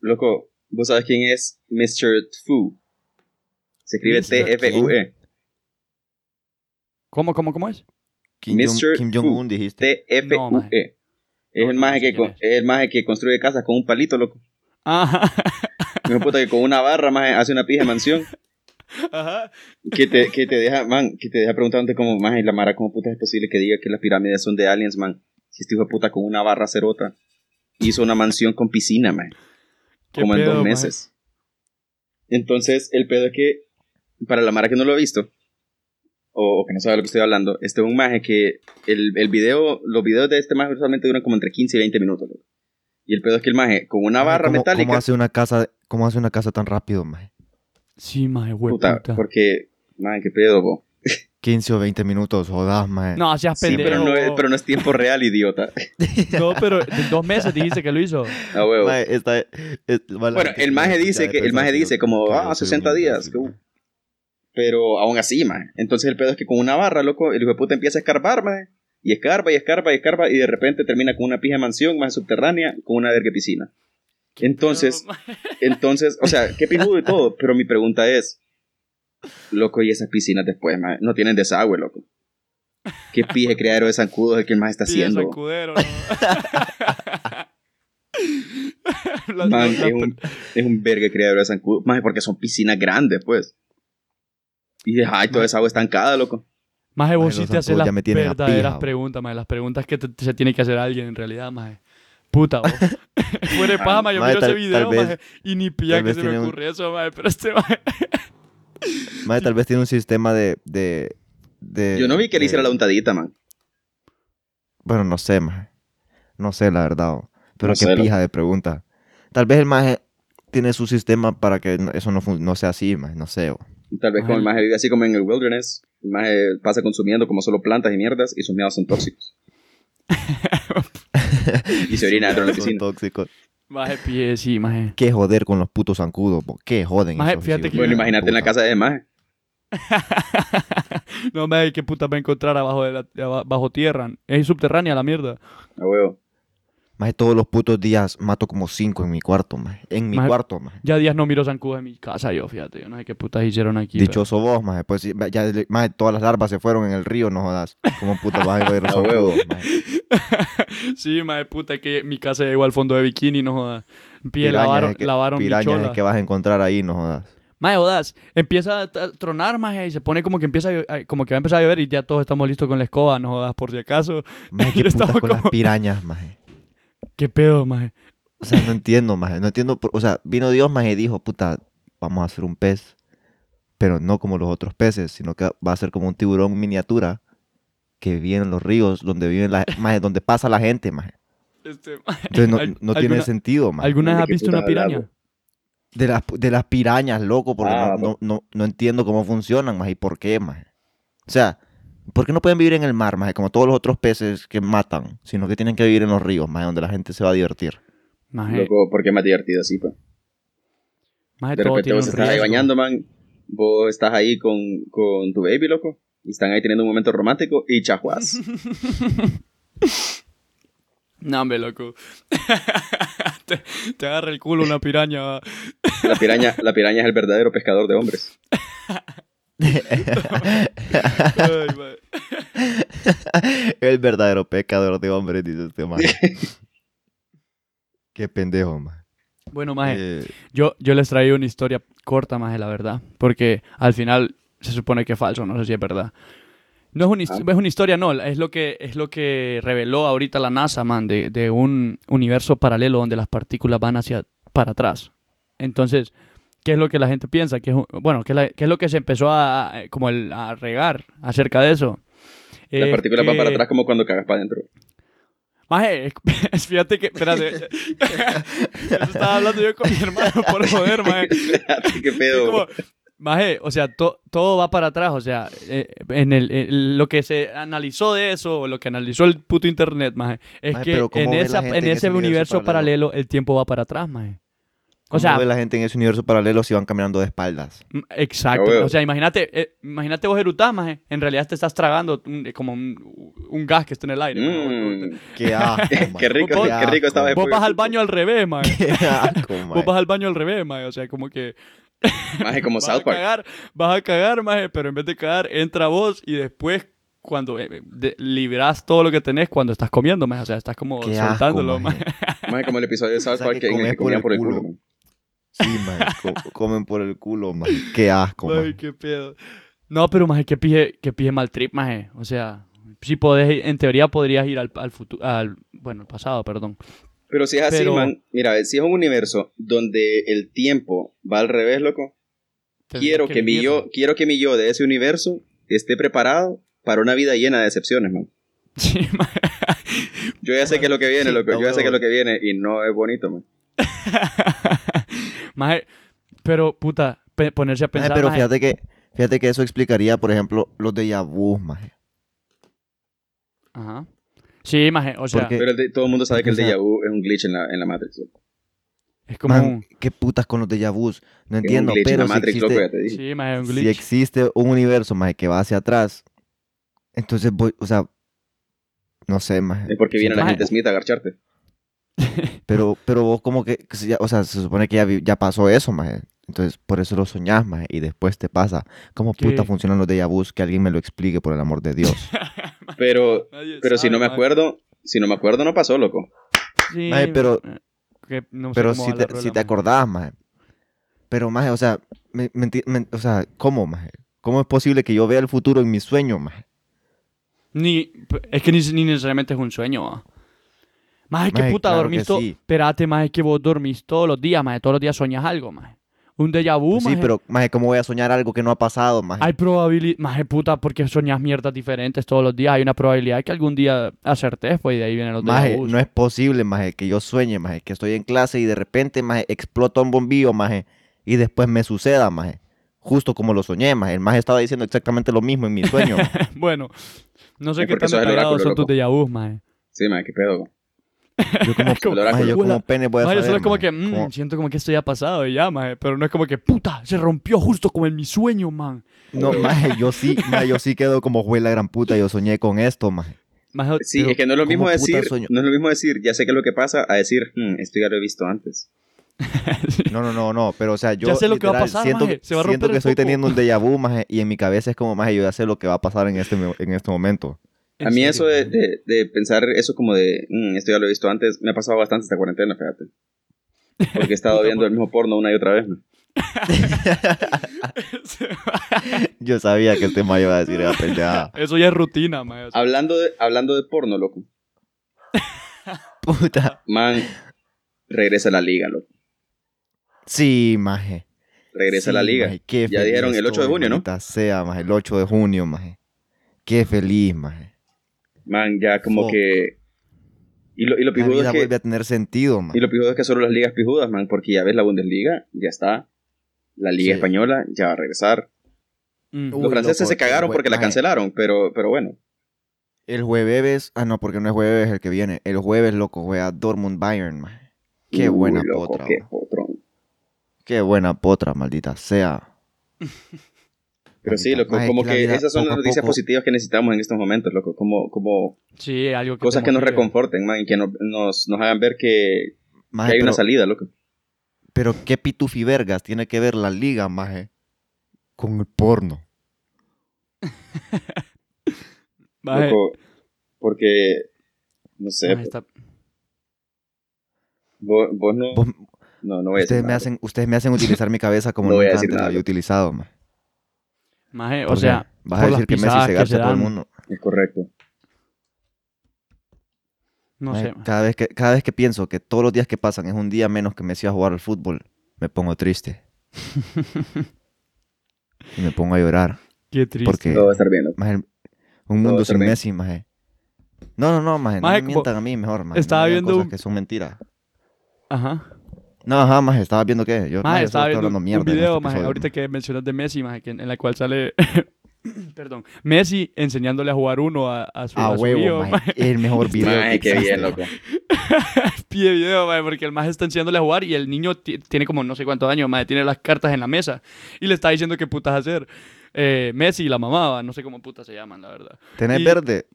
Loco, vos sabés quién es Mr. Tfu. Se escribe Mr. T-F-U-E. ¿Cómo, cómo, cómo es? Kim Jong- Mr. Kim Jong-un dijiste. No, maje. T-F-U-E. E. Es No, el no, maje no sé que, quién con- es el maje que construye casas con un palito, loco. Ajá. Me puta que con una barra más hace una pija de mansión Ajá. que te, que te deja, man, que te deja preguntándote como más y la mara cómo puta es posible que diga que las pirámides son de aliens, man. Si este hijo de puta con una barra cerota hizo una mansión con piscina, man, ¿Qué como en pedo, dos maje? meses. Entonces, el pedo es que para la mara que no lo ha visto o, o que no sabe de lo que estoy hablando, este es un maje que el, el video, los videos de este maje usualmente duran como entre 15 y 20 minutos. loco. Y el pedo es que el maje con una Maje, barra ¿cómo- metálica ¿Cómo hace una casa, cómo hace una casa tan rápido, maje? Sí, maje, güey. puta, puta. porque man, qué pedo, bo. 15 o 20 minutos, jodas, maje. No, seas Sí, pendejo. pero no, es, pero no es tiempo real, idiota. No, pero en dos meses dijiste que lo hizo. A huevo. Maje, está- es- va la Bueno, gente el que maje ya dice de que el pensar maje que yo- dice como que yo ah, soy un 60 días. imbécil, que- maje. Pero aún así, maje. Entonces el pedo es que con una barra, loco, el hijo de puta empieza a escarbar, maje. Y escarba y escarba y escarba y de repente termina con una pija de mansión, más subterránea, con una verga de piscina. Entonces, Pero, maje, entonces, o sea, qué pijudo y todo, pero mi pregunta es, loco, ¿y esas piscinas después, maje? No tienen desagüe, loco. ¿Qué pije criadero de zancudos el que el maje está pide haciendo? sacudero, ¿no? Las- Man, las- es, un, es un verga criadero de zancudo. Más porque son piscinas grandes, pues. Y de, ay, toda esa agua estancada, loco. Maje, vos Maje, sí los te haces zancudos las ya me tienen a pija, verdaderas bo. preguntas, maje. Las preguntas que te- se tiene que hacer alguien en realidad, maje. Puta, vos. Fuere pama, yo Maje, miro tal- ese video, tal vez- maje, y ni pilla tal que vez se me tiene un- ocurre eso, maje. Pero este, maje. Maje, tal vez tiene un sistema de... de- de- Yo no vi que le de- hiciera la untadita, man. Bueno, no sé, maje. No sé, la verdad. o. Pero No qué sé, loco. pija de pregunta. Tal vez el maje tiene su sistema para que no- eso no, fun- no sea así, maje. No sé, o. Tal vez como el Ay. maje vive así como en el wilderness. El maje pasa consumiendo como solo plantas y mierdas y sus miedos son tóxicos. y se orina dentro de la Son piscina. tóxicos. Maje, pie, sí, maje. Qué joder con los putos zancudos, po. Qué joden Maje, esos fíjate hijos que- de Bueno, la imagínate en la puta. casa de maje. no, maje, qué puta va a encontrar abajo de la, de aba- bajo tierra. Es subterránea la mierda. A Ah, huevo. Maje, todos los putos días mato como cinco en mi cuarto, maje. En mi Maje, cuarto, maje. Ya días no miro zancudos en mi casa, yo, fíjate. Yo no sé qué putas hicieron aquí. Dichoso vos, maje. Pues sí, ya, le- maje, todas las larvas se fueron en el río, no jodas. Como puta vas a ver los A huevo. zancudos, maje. pero- Sí, maje, puta, que mi casa llegó al fondo de bikini, no jodas. Pie, Pirañas lavaron, es que- lavaron mi pirañas es chola. que vas a encontrar ahí, no jodas. Mae, jodas, empieza a t- tronar, maje, y se pone como que empieza a llo- ay, como que va a empezar a llover y ya todos estamos listos con la escoba, no jodas, por si acaso. Maje, Yo qué putas estaba con las como- pirañas, maje. ¿Qué pedo, maje? O sea, no entiendo, maje. No entiendo. por- o sea, vino Dios, maje, y dijo, puta, vamos a hacer un pez. Pero no como los otros peces, sino que va a ser como un tiburón miniatura que vive en los ríos donde viven la, maje, donde pasa la gente, maje. Este, maje, Entonces no, al- no tiene alguna- sentido, maje. ¿Alguna vez ¿De has qué visto putas una piraña? hablamos? De las, de las pirañas, loco, porque Ah, no, no, no- no entiendo cómo funcionan, más y por qué, más. O sea, ¿por qué no pueden vivir en el mar, más, como todos los otros peces que matan, sino que tienen que vivir en los ríos, más, donde la gente se va a divertir? Maje, Loco, porque es más divertido así, pa. maje, De todo repente tiene vos un estás ahí riesgo. bañando, man. Vos estás ahí con, con tu baby, loco. Y están ahí teniendo un momento romántico y chajuas. No, hombre, loco. te, te agarra el culo una piraña. va. La piraña, la piraña es el verdadero pescador de hombres. Ay, maje. el verdadero pecador de hombres, dice este, más. qué pendejo, Eh, más. Bueno, maje, Yo, yo les traía una historia corta más de la verdad, porque al final se supone que es falso, no sé si es verdad. No es una, Ah. his- es una historia, no, es lo, que, es lo que reveló ahorita la NASA, man, de, de un universo paralelo donde las partículas van hacia para atrás. Entonces, ¿qué es lo que la gente piensa? Que es, un- bueno, ¿qué, es la- qué es lo que se empezó a, a- como el- a regar acerca de eso? Las Eh, partículas van que- para atrás como cuando cagas para adentro. Maje, fíjate que, espérate, Eso estaba hablando yo con mi hermano por joder, maje. Espérate, ¿Qué Es como, pedo? maje, o sea, to- todo va para atrás, o sea, eh, en el, el- lo que se analizó de eso, o lo que analizó el puto internet, maje, es Maje, que pero ¿cómo en, ve la esa- gente en ese universo paralelo? el tiempo va para atrás, maje. O sea, la gente en ese universo paralelo si van caminando de espaldas? m- exacto, Ah, huevo. o sea, imagínate, eh, imagínate vos erutás, maje, en realidad te estás tragando un- eh, como un, un gas que está en el aire. maje, vos- eh, Mm, Qué asco, maje. Qué rico, Vos- qué rico estaba Vos vas al baño al revés, maje. Qué asco, Vos maje. vas al baño al revés, maje, o sea, como que... Más como vas South a Park. cagar, vas a cagar, maje, pero en vez de cagar, entra vos y después cuando eh, de- liberás todo lo que tenés cuando estás comiendo, maje, o sea, estás como Qué asco, soltándolo, maje. maje. Más como el episodio de South O sea, Park que que en el comes que comían por el culo. man. Sí, maje, co- comen por el culo, maje. Qué asco, maje. Ay, qué pedo. No, pero maje, que pije, que pije mal trip, maje, o sea, si podés, en teoría podrías ir al, futuro, al, bueno, al pasado, perdón. Pero si es así, Pero- man, mira, si es un universo donde el tiempo va al revés, loco, Tendrías quiero que, mi vivirlo. yo, quiero que mi yo de ese universo esté preparado para una vida llena de decepciones, man. Sí, maje. Yo ya sé qué es lo que viene, sí, loco, a yo ya sé qué es huevo. lo que viene y no es bonito, man. Maje, pero puta, pe- ponerse a Maje, pensar, pero maje, fíjate que fíjate que eso explicaría, por ejemplo, los de Yabú, maje. ajá. Sí, maje, o sea, Porque- Pero el de- todo el mundo sabe que el O sea- déjà vu es un glitch en la, en la Matrix, loco. es como Man, un, ¿Qué putas con los de Yabús? No Es un entiendo, glitch en pero la si Matrix, loco, ya existe, te dije. sí, maje, un si glitch. existe un universo, maje, que va hacia atrás, entonces voy, o sea, no sé, maje. Es porque viene la Maje. gente Smith a agarcharte. Eh, Pero, pero vos como que, que si ya- o sea, se supone que ya, vi- ya pasó eso, maje. Entonces, por eso lo soñás, maje, y después te pasa. ¿Cómo ¿Qué? puta funcionan los de Yabús? Que alguien me lo explique, por el amor de Dios. Pero, Nadie pero si sabe, no me maje. acuerdo, si no me acuerdo, no pasó, loco. Sí, Maje, pero- eh, que no sé Pero cómo si va te, la si rola, te maje. acordabas, maje. Pero, maje, o sea, me- me enti- me- o sea, ¿cómo, maje? ¿Cómo es posible que yo vea el futuro en mi sueño, maje? Ni, es que ni, ni necesariamente es un sueño. ah. Más es que Maje, puta, claro dormís que todo. sí. Espérate, más es que vos dormís todos los días, más todos los días soñas algo, más. Un déjà vu, Pues sí, Uh, maje. pero, maje, ¿cómo voy a soñar algo que no ha pasado, maje? Hay probabilidad, más puta, porque soñás mierdas diferentes todos los días. Hay una probabilidad de que algún día acertes, pues, y de ahí vienen los déjà Maje, vus. no es posible, maje, que yo sueñe, maje, que estoy en clase y de repente, maje, explota un bombillo, maje, y después me suceda, maje. Justo como lo soñé, maje. El maje estaba diciendo exactamente lo mismo en mi sueño, maje. Bueno, no sé Es qué porque tan sos el detallados oráculo, son tus loco. déjà vus, maje. Sí, man, qué pedo. Yo como, Como el maje, yo oráculo. como pene voy a Maje, saber, solo es como maje. que, mm, siento como que esto ya ha pasado y ya, maje. Pero no es como que, puta, se rompió justo como en mi sueño, man. No, maje, yo sí, maje, yo sí quedo como, güey, la gran puta, yo soñé con esto, maje. Maje, Sí, Pero, es que no es lo ¿cómo mismo puta decir, sueño? no es lo mismo decir, ya sé qué es lo que pasa, a decir, "Hmm, esto ya lo he visto antes. No, no, no, no, pero o sea, yo sé lo que va a pasar, siento, maje, se va a siento romper que el estoy foco. teniendo un déjà vu, maje, y en mi cabeza es como, maje, yo ya sé lo que va a pasar en este, mo- en este momento. ¿en a mí serio, eso de, maje? de- de pensar eso como de, "Mm, esto ya lo he visto antes, me ha pasado bastante esta cuarentena, fíjate. Porque he estado Puta viendo el mismo porno una y otra vez. man. Yo sabía que este maje iba a decir esa pendejada. Eso ya es rutina, maje. o sea, Hablando de, hablando de porno, loco. Puta. Man, regresa a la liga, loco. Sí, maje. Regresa a la Sí, liga. maje, qué Ya feliz dijeron el 8 de estoy, junio, ¿no? maldita sea, maje, el 8 de junio, maje. Qué feliz, maje. Man, ya como Fuck. que Y lo, y lo La pijudo es vida que... vuelve a tener sentido, man. Y lo pijudo es que solo las ligas pijudas, man, porque ya ves la Bundesliga, ya está. La Liga Sí. Española ya va a regresar. Mm. Uy, Los franceses loco, se cagaron qué porque la buen- cancelaron, pero, pero bueno. El jueves, ah no, porque no es jueves el que viene. El jueves, loco, juega Dortmund Bayern, man. Qué Uy, buena loco, potra. Qué man. potrón. Qué buena potra, maldita sea. Pero sí, Maldita- loco, Mae, como la que vida esas son poco las a noticias poco- positivas que necesitamos en estos momentos, loco. Como, como Sí, algo que cosas te que nos motive. reconforten, man, y que no- nos, nos hagan ver que, Maje, que hay una pero- salida, loco. Pero qué pitufi vergas tiene que ver la liga, maje, con el porno. Maje, Loco, porque, no sé, maje, está- vos, vos no, Vos- no, no voy a decir ustedes, me nada. hacen, ustedes me hacen utilizar mi cabeza como No voy a nunca decir antes la nada, había loco. utilizado, maje. maje, o Porque sea, vas a por las decir que Messi pisadas se que garcha se a todo el dan, mundo. Es correcto. no Maje, sé. maje. cada, vez que, cada vez que pienso que todos los días que pasan es un día menos que Messi va a jugar al fútbol, me pongo triste. y me pongo a llorar. Qué triste. Porque, Todo va a estar bien, loco. maje, un Todo mundo va a estar sin bien. Messi, maje. No, no, no, maje, no Maje, me como- mientan a mí mejor, maje. no estaba me digan viendo cosas un- que son mentiras. Ajá. No, ajá, más estaba viendo qué. Yo, maje, yo Maje, solo estaba estoy viendo hablando un mierda en este video, maje, episodio, ahorita maje. que mencionas de Messi, maje, que en, en la cual sale... Perdón. Messi enseñándole a jugar uno a, a su, A a su hijo, Ah, huevo, maje, maje. es el mejor video. Ay, que qué existe. bien, loco. pie video, mae, porque el maje está enseñándole a jugar y el niño ti- tiene como no sé cuántos años, maje, tiene las cartas en la mesa y le está diciendo qué putas hacer. Eh, Messi y la mamá, va, no sé cómo putas se llaman, la verdad. ¿Tenés Y- verde?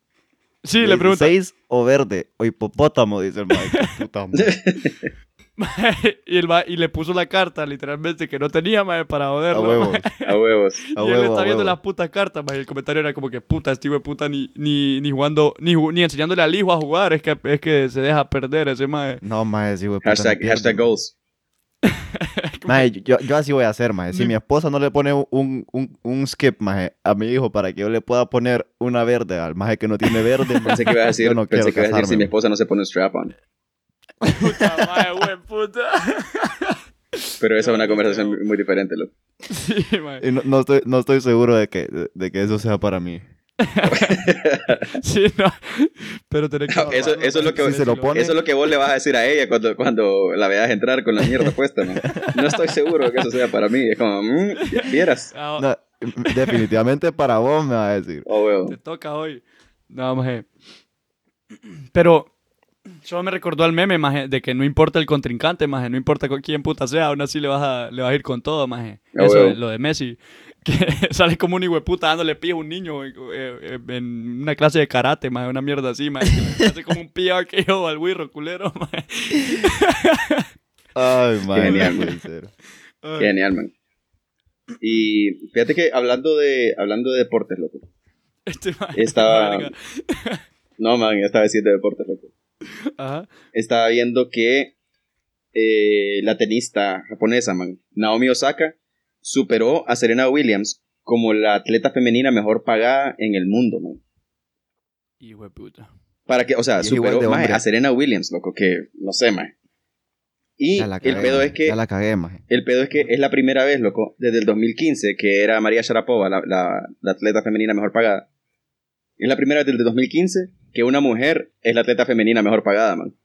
Sí, le pregunta, ¿Seis o verde? O hipopótamo, dice el maje. Qué puta madre. mae, y, el ma- y le puso la carta literalmente que no tenía, mae, para A joderlo. huevo. mae. A huevos. A y él huevo, está a huevo. viendo las putas cartas, mae, y el comentario era como que puta, este hijo de puta ni, ni, ni jugando, ni, ju- ni enseñándole al hijo a jugar, es que, es que se deja perder ese mae. No, maje, sí, güey. puta, Hashtag, no pierde, hashtag maje. goals. Maje, yo, yo así voy a hacer, maje. Si Mm. mi esposa no le pone un, un, un skip, maje, a mi hijo para que yo le pueda poner una verde al maje que no tiene verde, maje, Pensé que ibas a decir, yo no pensé quiero que ibas a decir si mi casarme. esposa no se pone un strap-on. Puta, mae, hue puta. Pero esa es una Yo- conversación muy diferente, loco. Sí, mae. Y no, no estoy, no estoy seguro de que, de, de que eso sea para mí. Sí, no. Pero tenés que. Ah, eso- eso es lo que- Si se lo pone- Eso es lo que vos le vas a decir a ella cuando, cuando la veas entrar con la mierda puesta, man. No estoy seguro de que eso sea para mí. Es como, mm, ya vieras. Ah, No, definitivamente para vos me va a decir. Oh, huevo. Te toca hoy. No, maje. Pero. Solo me recordó al meme, maje, de que no importa el contrincante, maje, no importa con quién puta sea, aún así le vas a, le vas a ir con todo, maje. Ah, Eso, huevo. de- lo de Messi, que sale como un hijo de puta dándole pie a un niño eh, eh, en una clase de karate, maje, una mierda así, maje. que le Hace como un pie que yo al güiro culero, maje. Ay, maje, genial, no maje. puede ser. Ay. Qué Genial, man. Y fíjate que hablando de, hablando de deportes, loco. Este, maje, Estaba- verga. No, man, esta vez sí es de deportes, loco. Ajá. Estaba viendo que eh, la tenista japonesa, man, Naomi Osaka, superó a Serena Williams como la atleta femenina mejor pagada en el mundo, man. Hijo de puta. Para que, o Y sea, es igual de superó mae, hombre. a Serena Williams, loco, que no sé, mae. Y Ya la cagué, el pedo maje, es que Ya la cagué, maje. el pedo es que es la primera vez, loco, desde el 2015 que era María Sharapova la, la- la atleta femenina mejor pagada. Es la primera vez desde el 2015 que una mujer es la atleta femenina mejor pagada, man.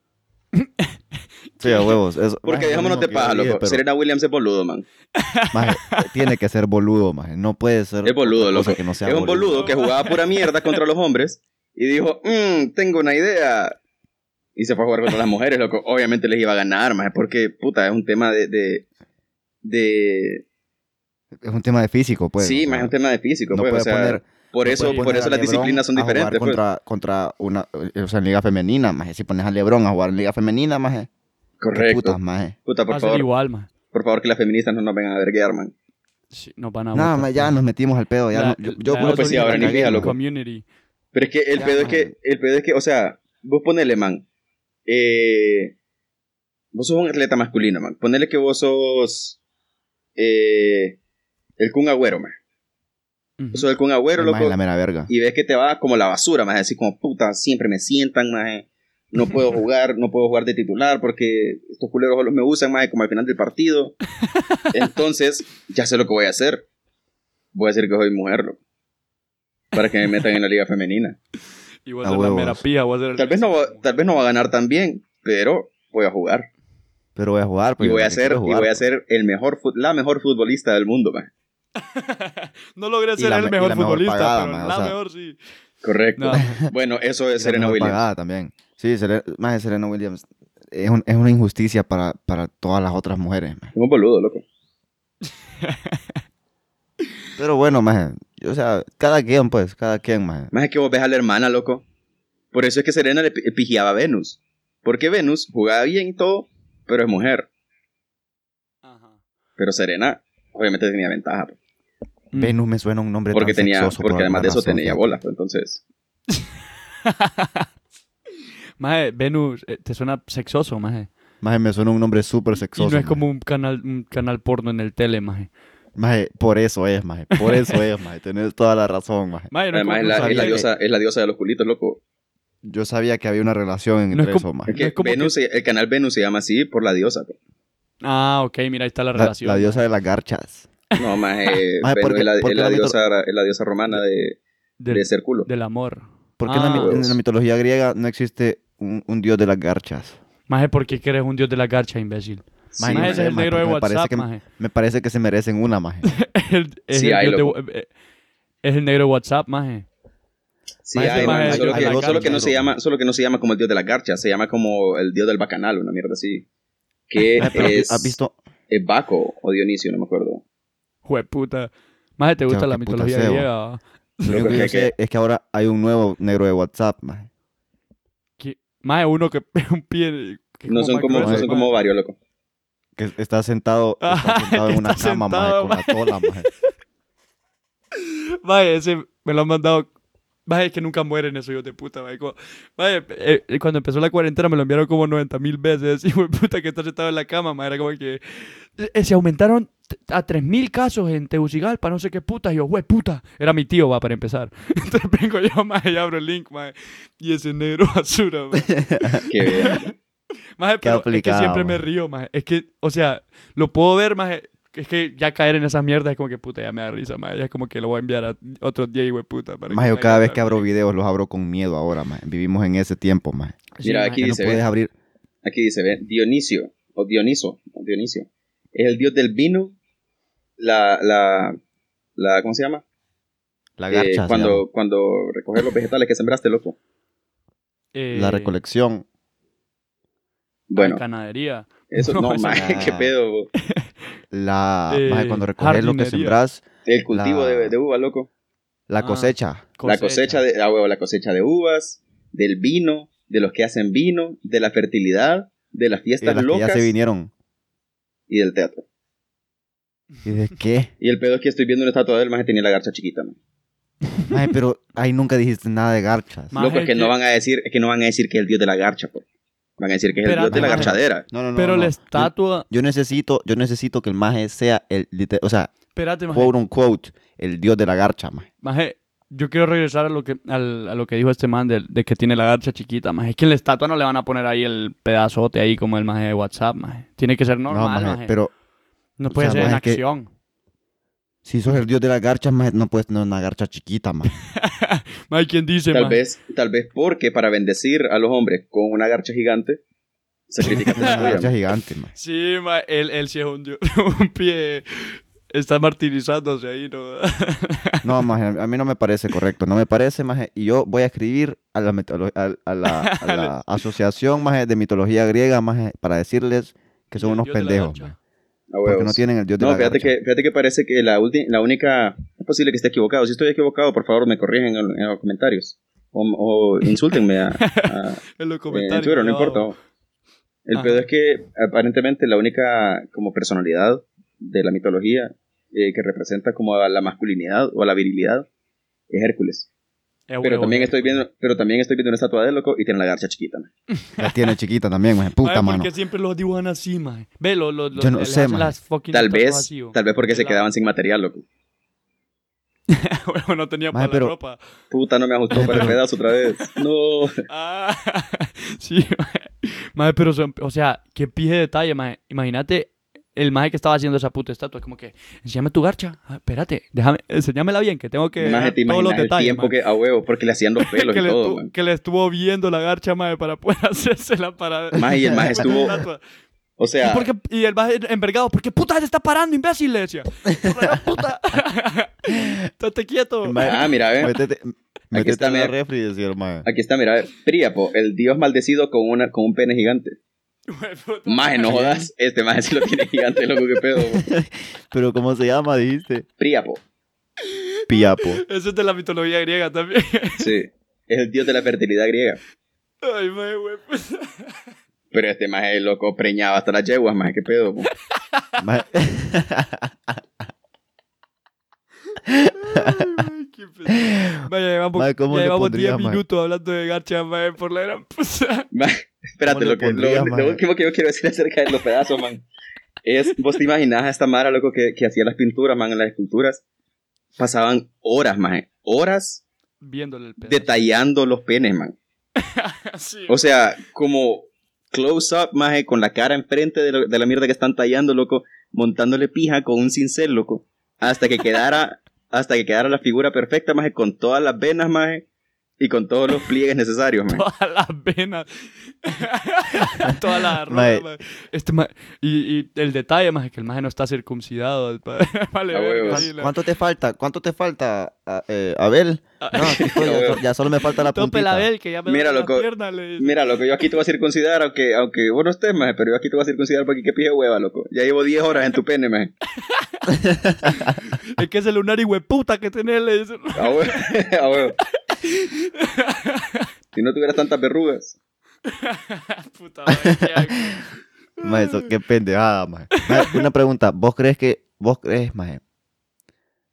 Sí, a huevos. eso- Porque maje, dejémonos lo de mismo que yo paja, dije, loco. pero- Serena Williams es boludo, man. Maje, tiene que ser boludo, maje. No puede ser. Es boludo, otra cosa loco. Que no sea es un boludo, que jugaba pura mierda contra los hombres y dijo, mmm, tengo una idea. Y se fue a jugar contra las mujeres, loco. Obviamente les iba a ganar, más porque, puta, es un tema de... de, de- Es un tema de físico, pues. sí, o más sea, es un tema de físico, no pues, o puede sea, poner- por no eso, puede por poner eso a las LeBron disciplinas son a jugar diferentes. pues. Contra, contra una. eh, O sea, en liga femenina, maje. Si pones a Lebron a jugar en liga femenina, maje. qué Correcto. Putas, maje. Puta, Va por a ser favor, Ah, igual, maje. por favor que las feministas no nos vengan a verguear, man. Sí, nos van a Nada, botar. maje, ya nos metimos al pedo. Ya, pues. La- no- yo, yo la creo que pues sí, ahora ni la cagué, fija, loco. community. Pero es que el Ya, pedo es que, man. el pedo es que, o sea, vos ponele, man. eh, vos sos un atleta masculino, man. Ponele que vos sos eh, el Kun Agüero, man. Ujú. Vos sos el Kun Agüero, El maje loco. es la mera verga. Y ves que te va como la basura, más así como puta, siempre me sientan, más no puedo jugar, no puedo jugar de titular porque estos culeros solo me usan, más como al final del partido. Entonces, ya sé lo que voy a hacer. Voy a decir que soy mujer, loco, para que me metan en la liga femenina. Y voy a A hacer la huevos. mera pija, voy a hacer el- Tal vez, no va, tal vez no va a ganar tan bien, pero voy a jugar. Pero voy a jugar. Y pues, yo voy a también ser, quiero y jugar, voy a pues. ser el mejor, fut- la mejor futbolista del mundo, man. No logré Y ser la el me- y mejor la mejor futbolista, pagada, pero ma, o la sea. mejor sí. Correcto. No, Bueno, eso es Y la Serena mejor Williams. pagada también. Sí, Sele- maje, Serena Williams es, un- es una injusticia para, para todas las otras mujeres. maje. Es un boludo, loco. Pero bueno, maje, o sea, cada quien, pues, cada quien, maje. Más es que vos ves a la hermana, loco. Por eso es que Serena le pi- pigiaba a Venus. Porque Venus jugaba bien y todo, pero es mujer. Ajá. Pero Serena, obviamente, tenía ventaja. pues, Mm. Venus me suena un nombre Porque, tan tenía, sexoso por porque además alguna de eso razón, tenía fíjate. bolas. pues, Entonces, Maje, Venus, eh, te suena sexoso, maje. Maje, me suena un nombre súper sexoso. y no es maje. como un canal, un canal porno en el tele, maje. Maje, por eso es, maje. Por eso es, maje. Tenés toda la razón, maje. Maje, no es además como es la, que un es la sabiente. diosa, es la diosa de los culitos, loco. Yo sabía que había una relación No es entre como- eso, maje. Es que es como Venus se- el canal Venus se llama así por la diosa. pues. Ah, ok, mira, ahí está la La, relación. la diosa de las garchas. No, más eh, Maje, Venus porque- es la, es porque la la mito- diosa, es la diosa romana de, del, de ser culo. del amor. ¿Por qué en, la, Ah. mi- en la mitología griega no existe un, un dios de las garchas? Maje, porque que eres un dios de la garcha, imbécil. Sí, Maje, no maje, ese sé, es el maje, negro de porque me parece WhatsApp, que- maje. Me parece que se merecen una, maje. El- es, Sí, el hay, dios de wa- eh, es el negro de WhatsApp, maje. Sí, Maje, hay, sí, maje, maje, solo yo- que- hay solo que no se negro, llama, solo que no se llama como el dios de la garcha, se llama como el dios del bacanal, una mierda así. Que Maje, pero es, ¿Has visto? es Baco o Dionisio, no me acuerdo. Jueputa. Maje, ¿te gusta Chao, la qué puta mitología cebo. griega? Lo único Loco, que que- yo sé es que ahora hay un nuevo negro de WhatsApp, maje. Que- Maje, uno que un pie... que No son más como, grueso, no son como maje. varios, loco. Que está sentado, está Ah, sentado que en una está cama, maje, sentado, con la tola, maje. Vaya, ese me lo han mandado. Vaya, es que nunca mueren esos hijos de puta, vaya. como- vaya, eh, eh, cuando empezó la cuarentena me lo enviaron como 90 mil veces. Y güey, puta, que está sentado en la cama, madre. Era como que. eh, se aumentaron t- a 3 mil casos en Tegucigalpa, no sé qué puta. Y yo, güey, puta. Era mi tío, va, para empezar. Entonces vengo yo, madre, y abro el link, madre. Y ese negro basura, madre. Que Maje, pero es aplicado, que siempre me maje. río, maje. Es que, o sea, lo puedo ver, maje. Es que ya caer en esas mierdas es como que puta, ya me da risa, maje. Ya es como que lo voy a enviar a otros 10 güey, puta. para Maje, yo me cada vez que caiga. abro videos los abro con miedo ahora, maje. Vivimos en ese tiempo, maje. Sí, Mira, maje. aquí Que no dice, puedes ve. abrir... Aquí dice, ve, Dionisio, o Dioniso, o Dionisio. Es el dios del vino, la, la, la ¿cómo se llama? La Eh, garcha, se llama. cuando, cuando recoges los vegetales que sembraste, loco. Eh, la recolección. Bueno, Ganadería. eso no, no, esa- maje, qué pedo. bo. La, maje, Eh, cuando recoges lo que jardinería. sembrás, El cultivo La- de, de uva, loco. la Ah. cosecha. La cosecha de, ah, huevo, la cosecha de uvas, del vino, de los que hacen vino, de la fertilidad, de las Y fiestas las que ya locas se vinieron. y del teatro. ¿Y de qué? Y el pedo es que estoy viendo una estatua de él, más que tenía la garcha chiquita. man. Maje, pero ahí nunca dijiste nada de garchas. Maje, Loco, es que que- no van a decir, es que no van a decir que es el dios de la garcha, po. Van a decir que es el Pero, dios de la maje. garchadera. No, no, no. Pero no. la Yo- estatua. Yo, necesito, yo necesito que el maje sea el, lite- o sea, Espérate, maje. quote unquote, el dios de la garcha, maje. Maje, yo quiero regresar a lo que, al- a lo que dijo este man de, de que tiene la garcha chiquita, maje. Es que en la estatua no le van a poner ahí el pedazote ahí como el maje de WhatsApp, maje. Tiene que ser normal, no, maje, maje. pero no puede o sea, ser en maje, que- acción. si sos el dios de la garcha, maje, no puedes tener una garcha chiquita, maje. Maje, ¿quién dice, Tal maje? vez, tal vez porque para bendecir a los hombres con una garcha gigante, sacrificaste Una la tuya, garcha man. gigante, maje. Sí, ma, él, él sí es un, dios- un pie. Está martirizándose ahí, ¿no? No, maje, a mí no me parece correcto, no me parece, maje. Y yo voy a escribir a la, mitolo- a, a la, a la asociación, maje, de mitología griega, maje, para decirles que son El unos dios de la pendejos, garcha. maje, A Porque no huevos. tienen el dios de No, la fíjate garcha. que, fíjate que parece que la, ulti- la única... Es posible que esté equivocado. Si estoy equivocado, por favor, me corrigen en, en los comentarios. O, o insúltenme a- a- En los en comentarios. Twitter, Eh, no abajo. importa. El Ajá. pedo es que aparentemente la única como personalidad de la mitología eh, que representa como a la masculinidad o a la virilidad es Hércules. Eh, Pero huevo, también eh. estoy viendo, pero también estoy viendo una estatua de él, loco y tiene la garcha chiquita. man. La tiene chiquita también, maje. Puta, Ay, mano. Porque siempre los dibujan así, maje. Ve, los, los, los Yo no les sé, hacen maje. las fucking Tal estatuas vez, así, oh. o- tal vez porque se la- quedaban sin material, loco. Huevo, no tenía Maje, para pero- la ropa. Puta, no me ajustó para el pedazo otra vez. No. Ah, sí, maje. Maje, pero, son- o sea, qué pije detalle, maje. Imagínate el maje que estaba haciendo esa puta estatua es como que, enséñame tu garcha, Ah, espérate, déjame, enséñamela bien, que tengo que Maje, ver te todos los imaginas el detalles, tiempo maje". que, a huevo, porque le hacían los pelos que, y le todo, estuvo, man. que le estuvo viendo la garcha, madre, para poder hacérsela para... Maje, y el maje para la estuvo- estatua. O sea, ¿Y, por qué- y el maje envergado, ¿por qué puta se está parando, imbécil? Le decía. Puta. Estate quieto. Ma- ah, mira, eh. Métete, métete está, a la mira. refri y decir, mae. Aquí está, mira, eh, Príapo, el dios maldecido con, una, con un pene gigante. Puta. Maje, no jodas, este maje sí lo tiene gigante, loco, qué pedo. Pero ¿cómo se llama? Dijiste. Príapo, Piapo. Eso es de la mitología griega también. sí. Es el dios de la fertilidad griega. Ay, maje, güey. Pero este maje, loco, preñaba hasta las yeguas, maje, qué pedo. po. Mae, Ay, qué pesado. Vaya, llevamos, Mae, ¿cómo ya le llevamos 10 pondrías, mae? minutos hablando de garcha, maje, por la gran puta. Maje, espérate, ¿Cómo le loco. Lo, pondrías, lo maje? último que yo quiero decir acerca de los pedazos, man, es, vos te imaginás a esta mara, loco, que, que hacía las pinturas, man, en las esculturas. Pasaban horas, maje, horas Viéndole el pedazo. detallando los penes, man. Sí. O sea, como close-up, maje, con la cara enfrente de, lo- de la mierda que están tallando, loco, montándole pija con un cincel, loco, hasta que quedara, hasta que quedara la figura perfecta, maje, con todas las venas, maje, y con todos los pliegues necesarios, maje. Todas las venas. Todas las Mae. arrugas. mae. Este mae- y, y el detalle más es que el maje no está circuncidado. el pa- Vale, A verga, huevos. sí, la- ¿Cuánto te falta? ¿cuánto te falta, a- eh, Abel? No, chico, ya, so- ya solo me falta la Ah, Tope la puntita. del que ya me Mira, duele la loco, pierna, le dice. Mira, loco, yo aquí te voy a circuncidar, aunque, aunque vos no estés, maje, pero yo aquí te voy a circuncidar porque qué pija de hueva, loco. Ya llevo 10 horas en tu pene, maje. Es que ese lunar y hueputa que tenés, le dice. A huevo, a huevo. Si no tuvieras tantas verrugas. Puta madre, qué asco. Mae, eso, qué pendejada, mae. Mae, Una pregunta, ¿vos crees que, vos crees, mae?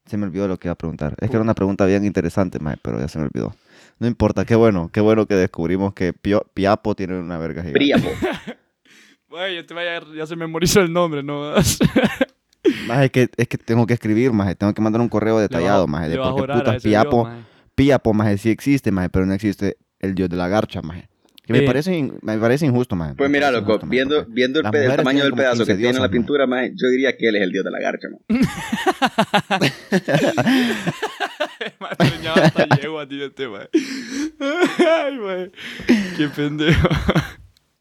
Se me olvidó lo que iba a preguntar. Es que era una pregunta bien interesante, mae, pero ya se me olvidó. No importa, qué bueno, qué bueno que descubrimos que Pio- Piapo tiene una verga gigante. Príapo. Mae, yo te vaya- ya se memorizó el nombre, ¿no? Mae, es que, es que tengo que escribir, mae, tengo que mandar un correo detallado, más mae, de por qué putas Piapo, Piapo, mae, sí existe, mae, pero no existe el dios de la garcha, mae. Que me, Eh. parece in- me parece injusto, mae. Pues Me mira, parece loco, injusto, mae, viendo, porque- viendo el, las pe- el mujeres tamaño tienen del como pedazo que 15 tiene en la diosas, pintura, maje, yo diría que él es el dios de la garcha, man. Mae, soñaba hasta yegua, tío, este mae. Ay, mae. Qué pendejo.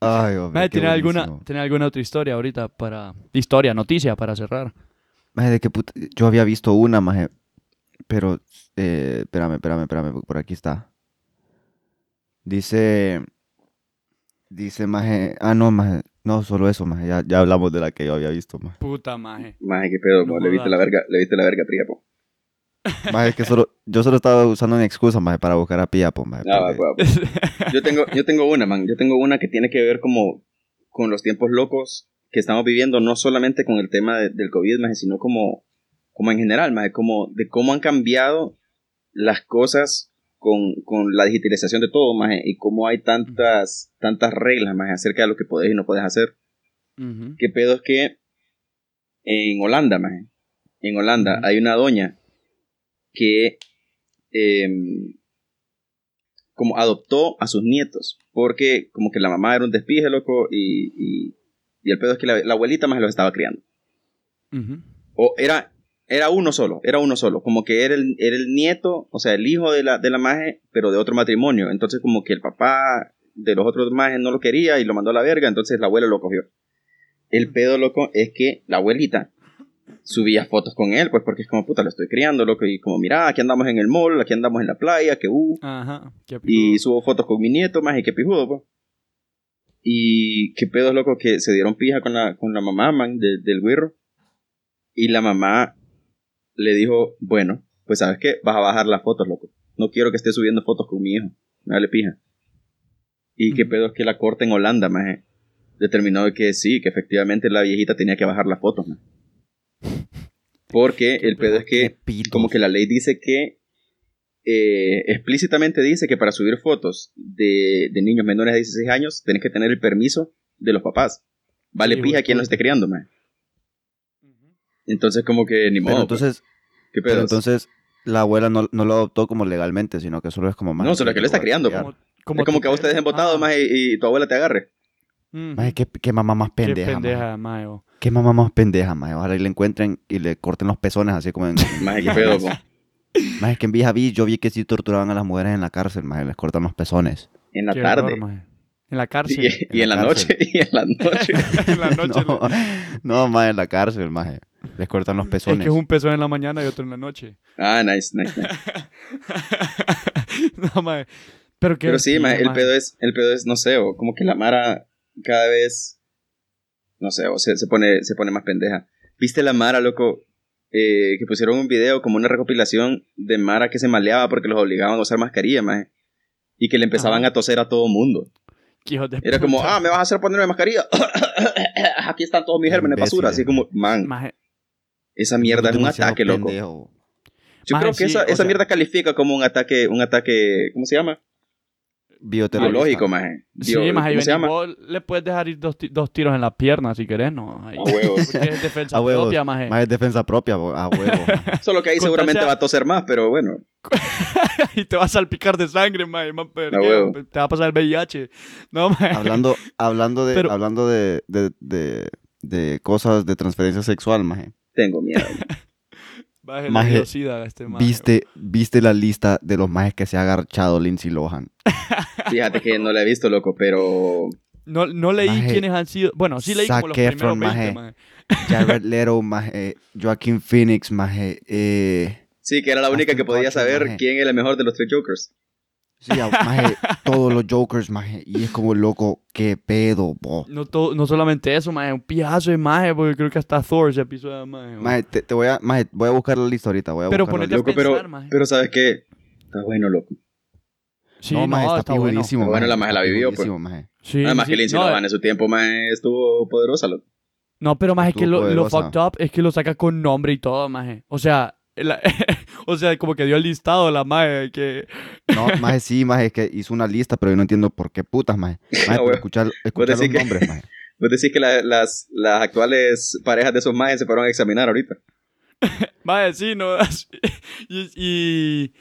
Ay, hombre, Mae, qué ¿tiene alguna, buenísimo. ¿tiene alguna otra historia ahorita para... Historia, noticia para cerrar? Maje, de que puta- Yo había visto una, maje. Pero, eh, espérame, espérame, espérame, porque por aquí está. Dice. Dice, maje. Ah, no, maje. No, solo eso, maje. Ya, ya hablamos de la que yo había visto, maje. Puta maje. Maje, qué pedo, No po, le viste jodas. la verga, le viste la verga, Priapo. Maje, es que solo. Yo solo estaba usando una excusa, maje, para buscar a Piapo, maje. Ah, va, porque- va, va. Yo tengo, yo tengo una, man, yo tengo una que tiene que ver como con los tiempos locos que estamos viviendo, no solamente con el tema de- del COVID, maje, sino como, como en general, maje, como de cómo han cambiado las cosas con, con la digitalización de todo, maje, y cómo hay tantas, tantas reglas, maje, acerca de lo que podés y no podés hacer. Ujú. qué pedo es que en Holanda, maje, en Holanda Ujú. hay una doña que em, como adoptó a sus nietos, porque como que la mamá era un despije, loco, y, y- y el pedo es que la, la abuelita más los estaba criando. Ujú. O era, era uno solo, era uno solo, como que era el, era el nieto, o sea, el hijo de la, de la maje, pero de otro matrimonio. Entonces como que el papá de los otros majes no lo quería y lo mandó a la verga, entonces la abuela lo cogió. El pedo, loco, es que la abuelita subía fotos con él, pues porque es como, puta, lo estoy criando, loco, y como, mira, aquí andamos en el mall, aquí andamos en la playa, que uh, Ajá. Qué pijudo. y subo fotos con mi nieto, más y qué pijudo, pues. Y qué pedos locos que se dieron pija con la, con la mamá, man, de- del güirro. Y la mamá le dijo, bueno, pues sabes qué, vas a bajar las fotos, loco. No quiero que estés subiendo fotos con mi hijo. Dale pija. Y qué Ujú. pedos que la corte en Holanda, maje. Determinó de que sí, que efectivamente la viejita tenía que bajar las fotos, man. Porque el pedo es que Qué pitos. como que la ley dice que eh, explícitamente dice que para subir fotos de, de niños menores de 16 años tenés que tener el permiso de los papás. Vale Sí, pija güey, quien los puta. esté criando, man. Entonces como que ni Pero modo. pues. entonces. ¿Qué Pero pedos? entonces. La abuela no, no lo adoptó como legalmente, sino que solo es como maje, No, solo es que lo lo está voy a criando, pues. criar. es como que a vos te dejen botado, Ah, maje, y, y tu abuela te agarre. Ujú. Maje, qué, qué mamá más Qué pendeja. maje. pendeja, mae, oh. vos. Qué mamá más pendeja, maje. Ojalá y le encuentren y le corten los pezones así como en... Maje, qué pedo, po. maje, que en Vija vi, yo vi que sí torturaban a las mujeres en la cárcel, maje. Les cortan los pezones. En la Qué tarde. horror, maje. En la cárcel. y, y en en la la, noche. cárcel. Y en la noche. en la noche. no, le- no, maje, en la cárcel, maje. Les cortan los Es pezones. que es un pezón en la mañana y otro en la noche. Ah, nice, nice. nice. no, mae. Pero, qué Pero sí, horquilla, maje, el maje. pedo es, el pedo es, no sé, o como que la Mara cada vez, no sé, o se, se pone, se pone más pendeja. ¿Viste la Mara, loco? Eh, que pusieron un video como una recopilación de Mara que se maleaba porque los obligaban a usar mascarilla, maje. Y que le empezaban Ajá. a toser a todo mundo. Qué hijos de Era como, puta. ah, me vas a hacer ponerme mascarilla. Aquí están todos mis gérmenes de basura. Así Imbéciles. como, man, Maje, esa mierda es un Demasiado ataque, loco. pendejo, bo. Yo Maje, creo que sí, esa, o esa sea- mierda califica como un ataque, un ataque, ¿cómo se llama? Bioterrorista. Biológico, maje. Bio- sí, maje, ¿Cómo se Benny, llama? vos le puedes dejar ir dos, ti- dos tiros en la pierna si querés, ¿no? Ahí. A huevos. Porque es defensa A huevos. propia, maje. Maje, es defensa propia, bo. a huevo. maje. Solo que ahí Con seguramente tal sea- va a toser más, pero bueno. y te va a salpicar de sangre, maje. más perdido. huevo. Te va a pasar el VIH. No, maje. hablando, hablando de, Pero- hablando de, de, de, de cosas de transferencia sexual, maje. Tengo miedo. Maje, Maje, maje este maje. Viste, viste la lista de los majes que se ha agarchado Lindsay Lohan. Fíjate que no la he visto, loco, pero. No, no leí Maje, quiénes han sido. Bueno, sí leí como Zac los primeros Efron, 20, maje. maje. Jared Leto, maje. Joaquin Phoenix, maje. Eh, Sí, que era la única Ashton que podía Kutcher, saber maje. quién era el mejor de los tres Jokers. sí, a- maje, todos los Jokers, maje. Y es como, loco, qué pedo, bo. No, to- no solamente eso, maje. Un pijazo de maje, porque creo que hasta Thor se pisó de maje. bo. Maje, te, te voy a, maje, voy a buscar la lista ahorita, voy a Pero buscar la ponete a Loco, pensar, pero, maje. pero ¿sabes qué? Está bueno, loco. Sí, no, maje, está, bueno. pibudísimo, Bueno, la maje la está eh. vivió, pues. pibudísimo, maje. Sí, Además sí, que Lindsay no, eh. Lohan en su tiempo más estuvo poderosa, loco. No, pero más es que Estuvo lo, lo poderosa. fucked up es que lo saca con nombre y todo, maje. O sea, la- o sea, como que dio el listado la maje que No, maje, sí, maje, es que hizo una lista, pero yo no entiendo por qué putas, maje. Maje, huevo. pero escuchar, escuchar los decís que- nombres, maje. Vos decís que la- las, las actuales parejas de esos majes se fueron a examinar ahorita. maje sí, no y, y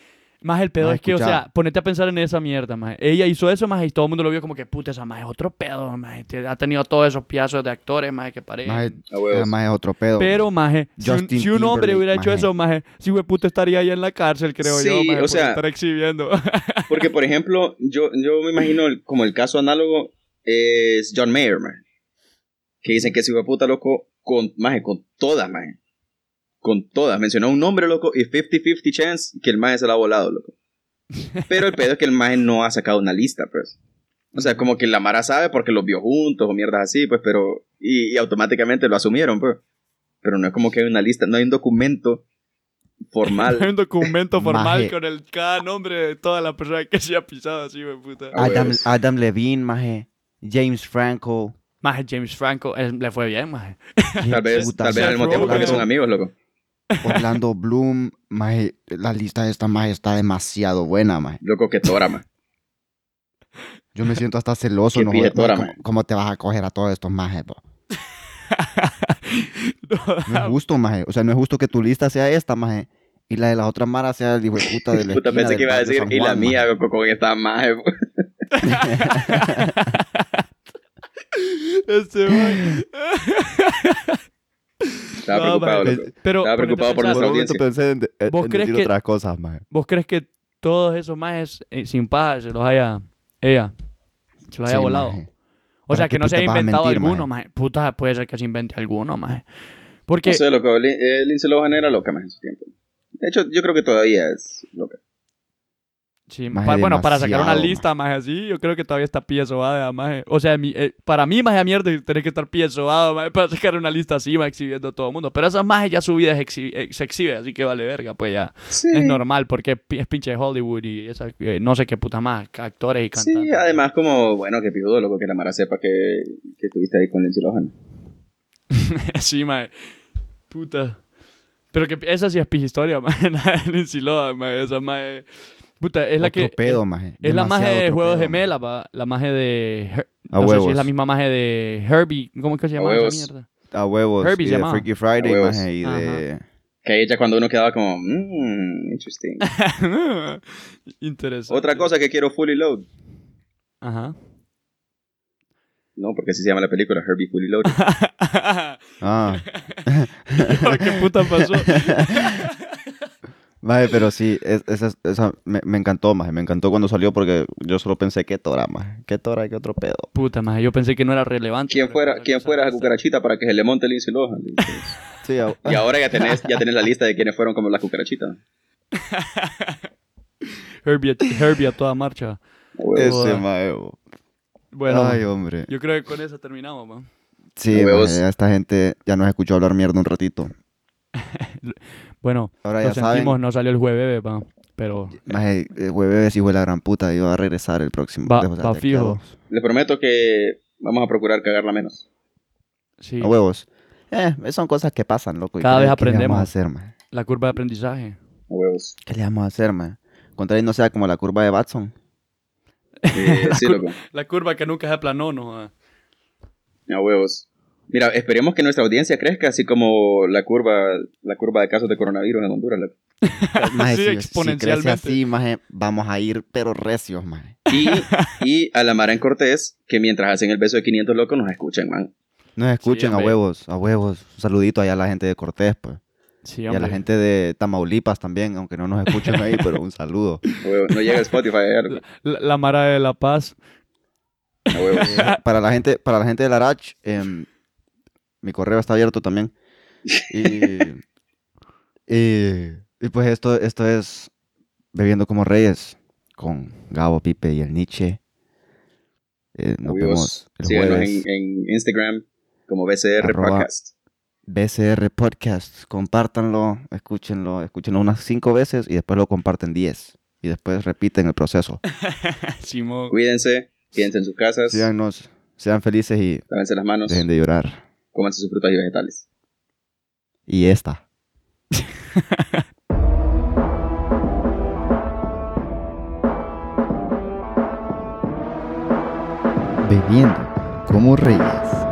más el pedo Maje, es que, o escucha. sea, ponete a pensar en esa mierda, maje. Ella hizo eso, maje, y todo el mundo lo vio como que puta esa maje, es otro pedo, maje. Te- Ha tenido todos esos piazos de actores, maje, que parecen. Maje, A huevos. ah, maje, es otro pedo. pero, maje, si un, Justin si un hombre Timberlake, hubiera hecho maje. eso, maje, si güey puta estaría ahí en la cárcel, creo Sí, yo, maje, o por sea- estar exhibiendo. Porque, por ejemplo, yo, yo me imagino el- como el caso análogo es John Mayer, man. Que dicen que ese hijo de puta loco con, maje, con todas, maje. Con todas. Mencionó un nombre, loco, y 50-50 chance que el maje se la ha volado, loco. Pero el pedo es que el maje no ha sacado una lista, pues. O sea, como que la Mara sabe porque los vio juntos o mierdas así, pues, pero... Y, y automáticamente lo asumieron, pues. Pero no es como que hay una lista, no hay un documento formal. Hay un documento formal Maje. con el cada nombre de toda la persona que se ha pisado así, güey, puta. Ah, Adam, huevos. Adam Levine, maje. James Franco. Maje, James Franco, él le fue bien, maje. Tal vez, Puta, tal vez al mismo Seth tiempo porque Rogen. son amigos, loco. Orlando Bloom, maje. La lista de esta maje está demasiado buena, maje. Loco que tora, maje. Yo me siento hasta celoso, Qué no joder, pijetora, maje, ¿cómo, maje. cómo te vas a coger a todos estos majes, po? No ah. es No, justo, maje. O sea, no es justo que tu lista sea esta, maje. Y la de las otras maras sea el hijo de puta de la Puta, esquina pensé del que iba a bar de decir, San y la Juan, maje. mía, con con esta maje. este, maje. Estaba No, preocupado, maje. loco. Pero, Estaba ponete a preocupado por pensar, Por un nuestra momento audiencia. pensé en, en- ¿Vos en crees decir que- otras cosas, maje. ¿Vos crees que todos esos majes eh, sin paja se los haya, ella, se los haya Sí, volado? maje. O ¿Para sea, qué que no se haya putas vas a inventado mentir, alguno, maje. Puta, puede ser que se invente alguno, maje. Porque, No sé, loco, Lin- eh, Lindsay Lohan era loca más en su tiempo. De hecho, yo creo que todavía es loca. sí, Maje, pa- bueno, para sacar una demasiado, lista, maje, así, yo creo que todavía está pie sobada, maje. O sea, mi- eh, para mí, maje, a mierda, tenés que estar pie sobado, maje, para sacar una lista así, maje, exhibiendo a todo el mundo. Pero esas majes ya su vida es exhi- eh, se exhibe, así que vale verga, pues ya. Sí, es normal porque es pi- es pinche Hollywood y esa- eh, no sé qué puta más, ca- actores y cantantes. sí, además como, bueno, que pijudo, loco, que la Mara sepa que, que estuviste ahí con Lindsay Lohan. sí, mae. Puta. Pero que esa sí es pijistoria, mae. La de Lindsay Lohan, mae. Esa mae. Puta, es la Otro que. pedo, maje. es la maje Demasiado de otro Juegos pedo, Gemelas, pa. La maje de. Her- A no sé si huevos. es la misma maje de Herbie. ¿Cómo es que se A llama esa huevos. mierda? maje. A huevos. Herbie y se de llamaba. Freaky Friday, A huevos. maje. Y de... Que ella cuando uno quedaba como, mmm, interesting. Interesante. Otra cosa que quiero fully load. Ajá. No, porque así se llama la película, Herbie Fully Loaded. Ah. ¿Qué puta pasó? Maje, pero sí, es- esa, esa- me, me encantó, maje. Me encantó cuando salió porque yo solo pensé, qué tora, maje. Qué tora, qué otro pedo. Puta, maje, yo pensé que no era relevante. ¿Quién pero fuera, resulta quién que fuera esa salió cucarachita para que se le monte Lindsay Lohan? Sí, a- Y ahora ya tenés, ya tenés la lista de quiénes fueron como la cucarachita. Herbie, a- Herbie a toda marcha. Huevos. ese, maje. bo. Bueno, este, oh, Ay, maje, hombre. yo creo que con eso terminamos, man. Sí, Huevos. maje, esta gente ya nos escuchó hablar mierda un ratito. Bueno, Ahora ya nos saben, sentimos, no salió el jueves, man. Pero maje, el jueves hijo de la gran puta iba a regresar el próximo. Va- o sea, va de aquí a fijo. dos. Les prometo que vamos a procurar cagarla menos. sí, A huevos. Eh, son cosas que pasan, loco. ¿y Cada qué- vez ¿Qué le vamos aprendemos. a hacer, maje? la curva de aprendizaje. Huevos. ¿Qué le vamos a hacer, maje? Contra no sea como la curva de Batson. Eh, sí, loco. La curva que nunca se aplanó, no. joda. A huevos. Mira, esperemos que nuestra audiencia crezca, así como la curva, la curva de casos de coronavirus en Honduras. loco. Maje, Sí, si- Si exponencialmente. crece así, maje, vamos a ir, pero recios, maje. Y, y a la Mara en Cortés, que mientras hacen el beso de 500 locos, nos escuchen, man. Nos escuchen a hombre. huevos, a huevos. Un saludito allá a la gente de Cortés, pues. Sí, Y a hombre. la gente de Tamaulipas también, aunque no nos escuchen ahí, pero un saludo. A huevos. No llega Spotify. eh, loco. La, la Mara de La Paz. A huevos. Para la gente, para la gente de Larach, em, mi correo está abierto también. Y, y- y pues esto, esto es Bebiendo como Reyes con Gabo, Pipe y el Nietzsche. Eh, nos Huevos. vemos el Síganos jueves. en, en Instagram como BCR Arroba. Podcast. BCR Podcast, compártanlo, escúchenlo, escúchenlo unas cinco veces y después lo comparten 10. Y después repiten el proceso. Simón. Cuídense, quédense en sus casas, Síganos, sean felices y lávense las manos, dejen de llorar. cómanse sus frutas y vegetales. Y esta. Bebiendo como reyes.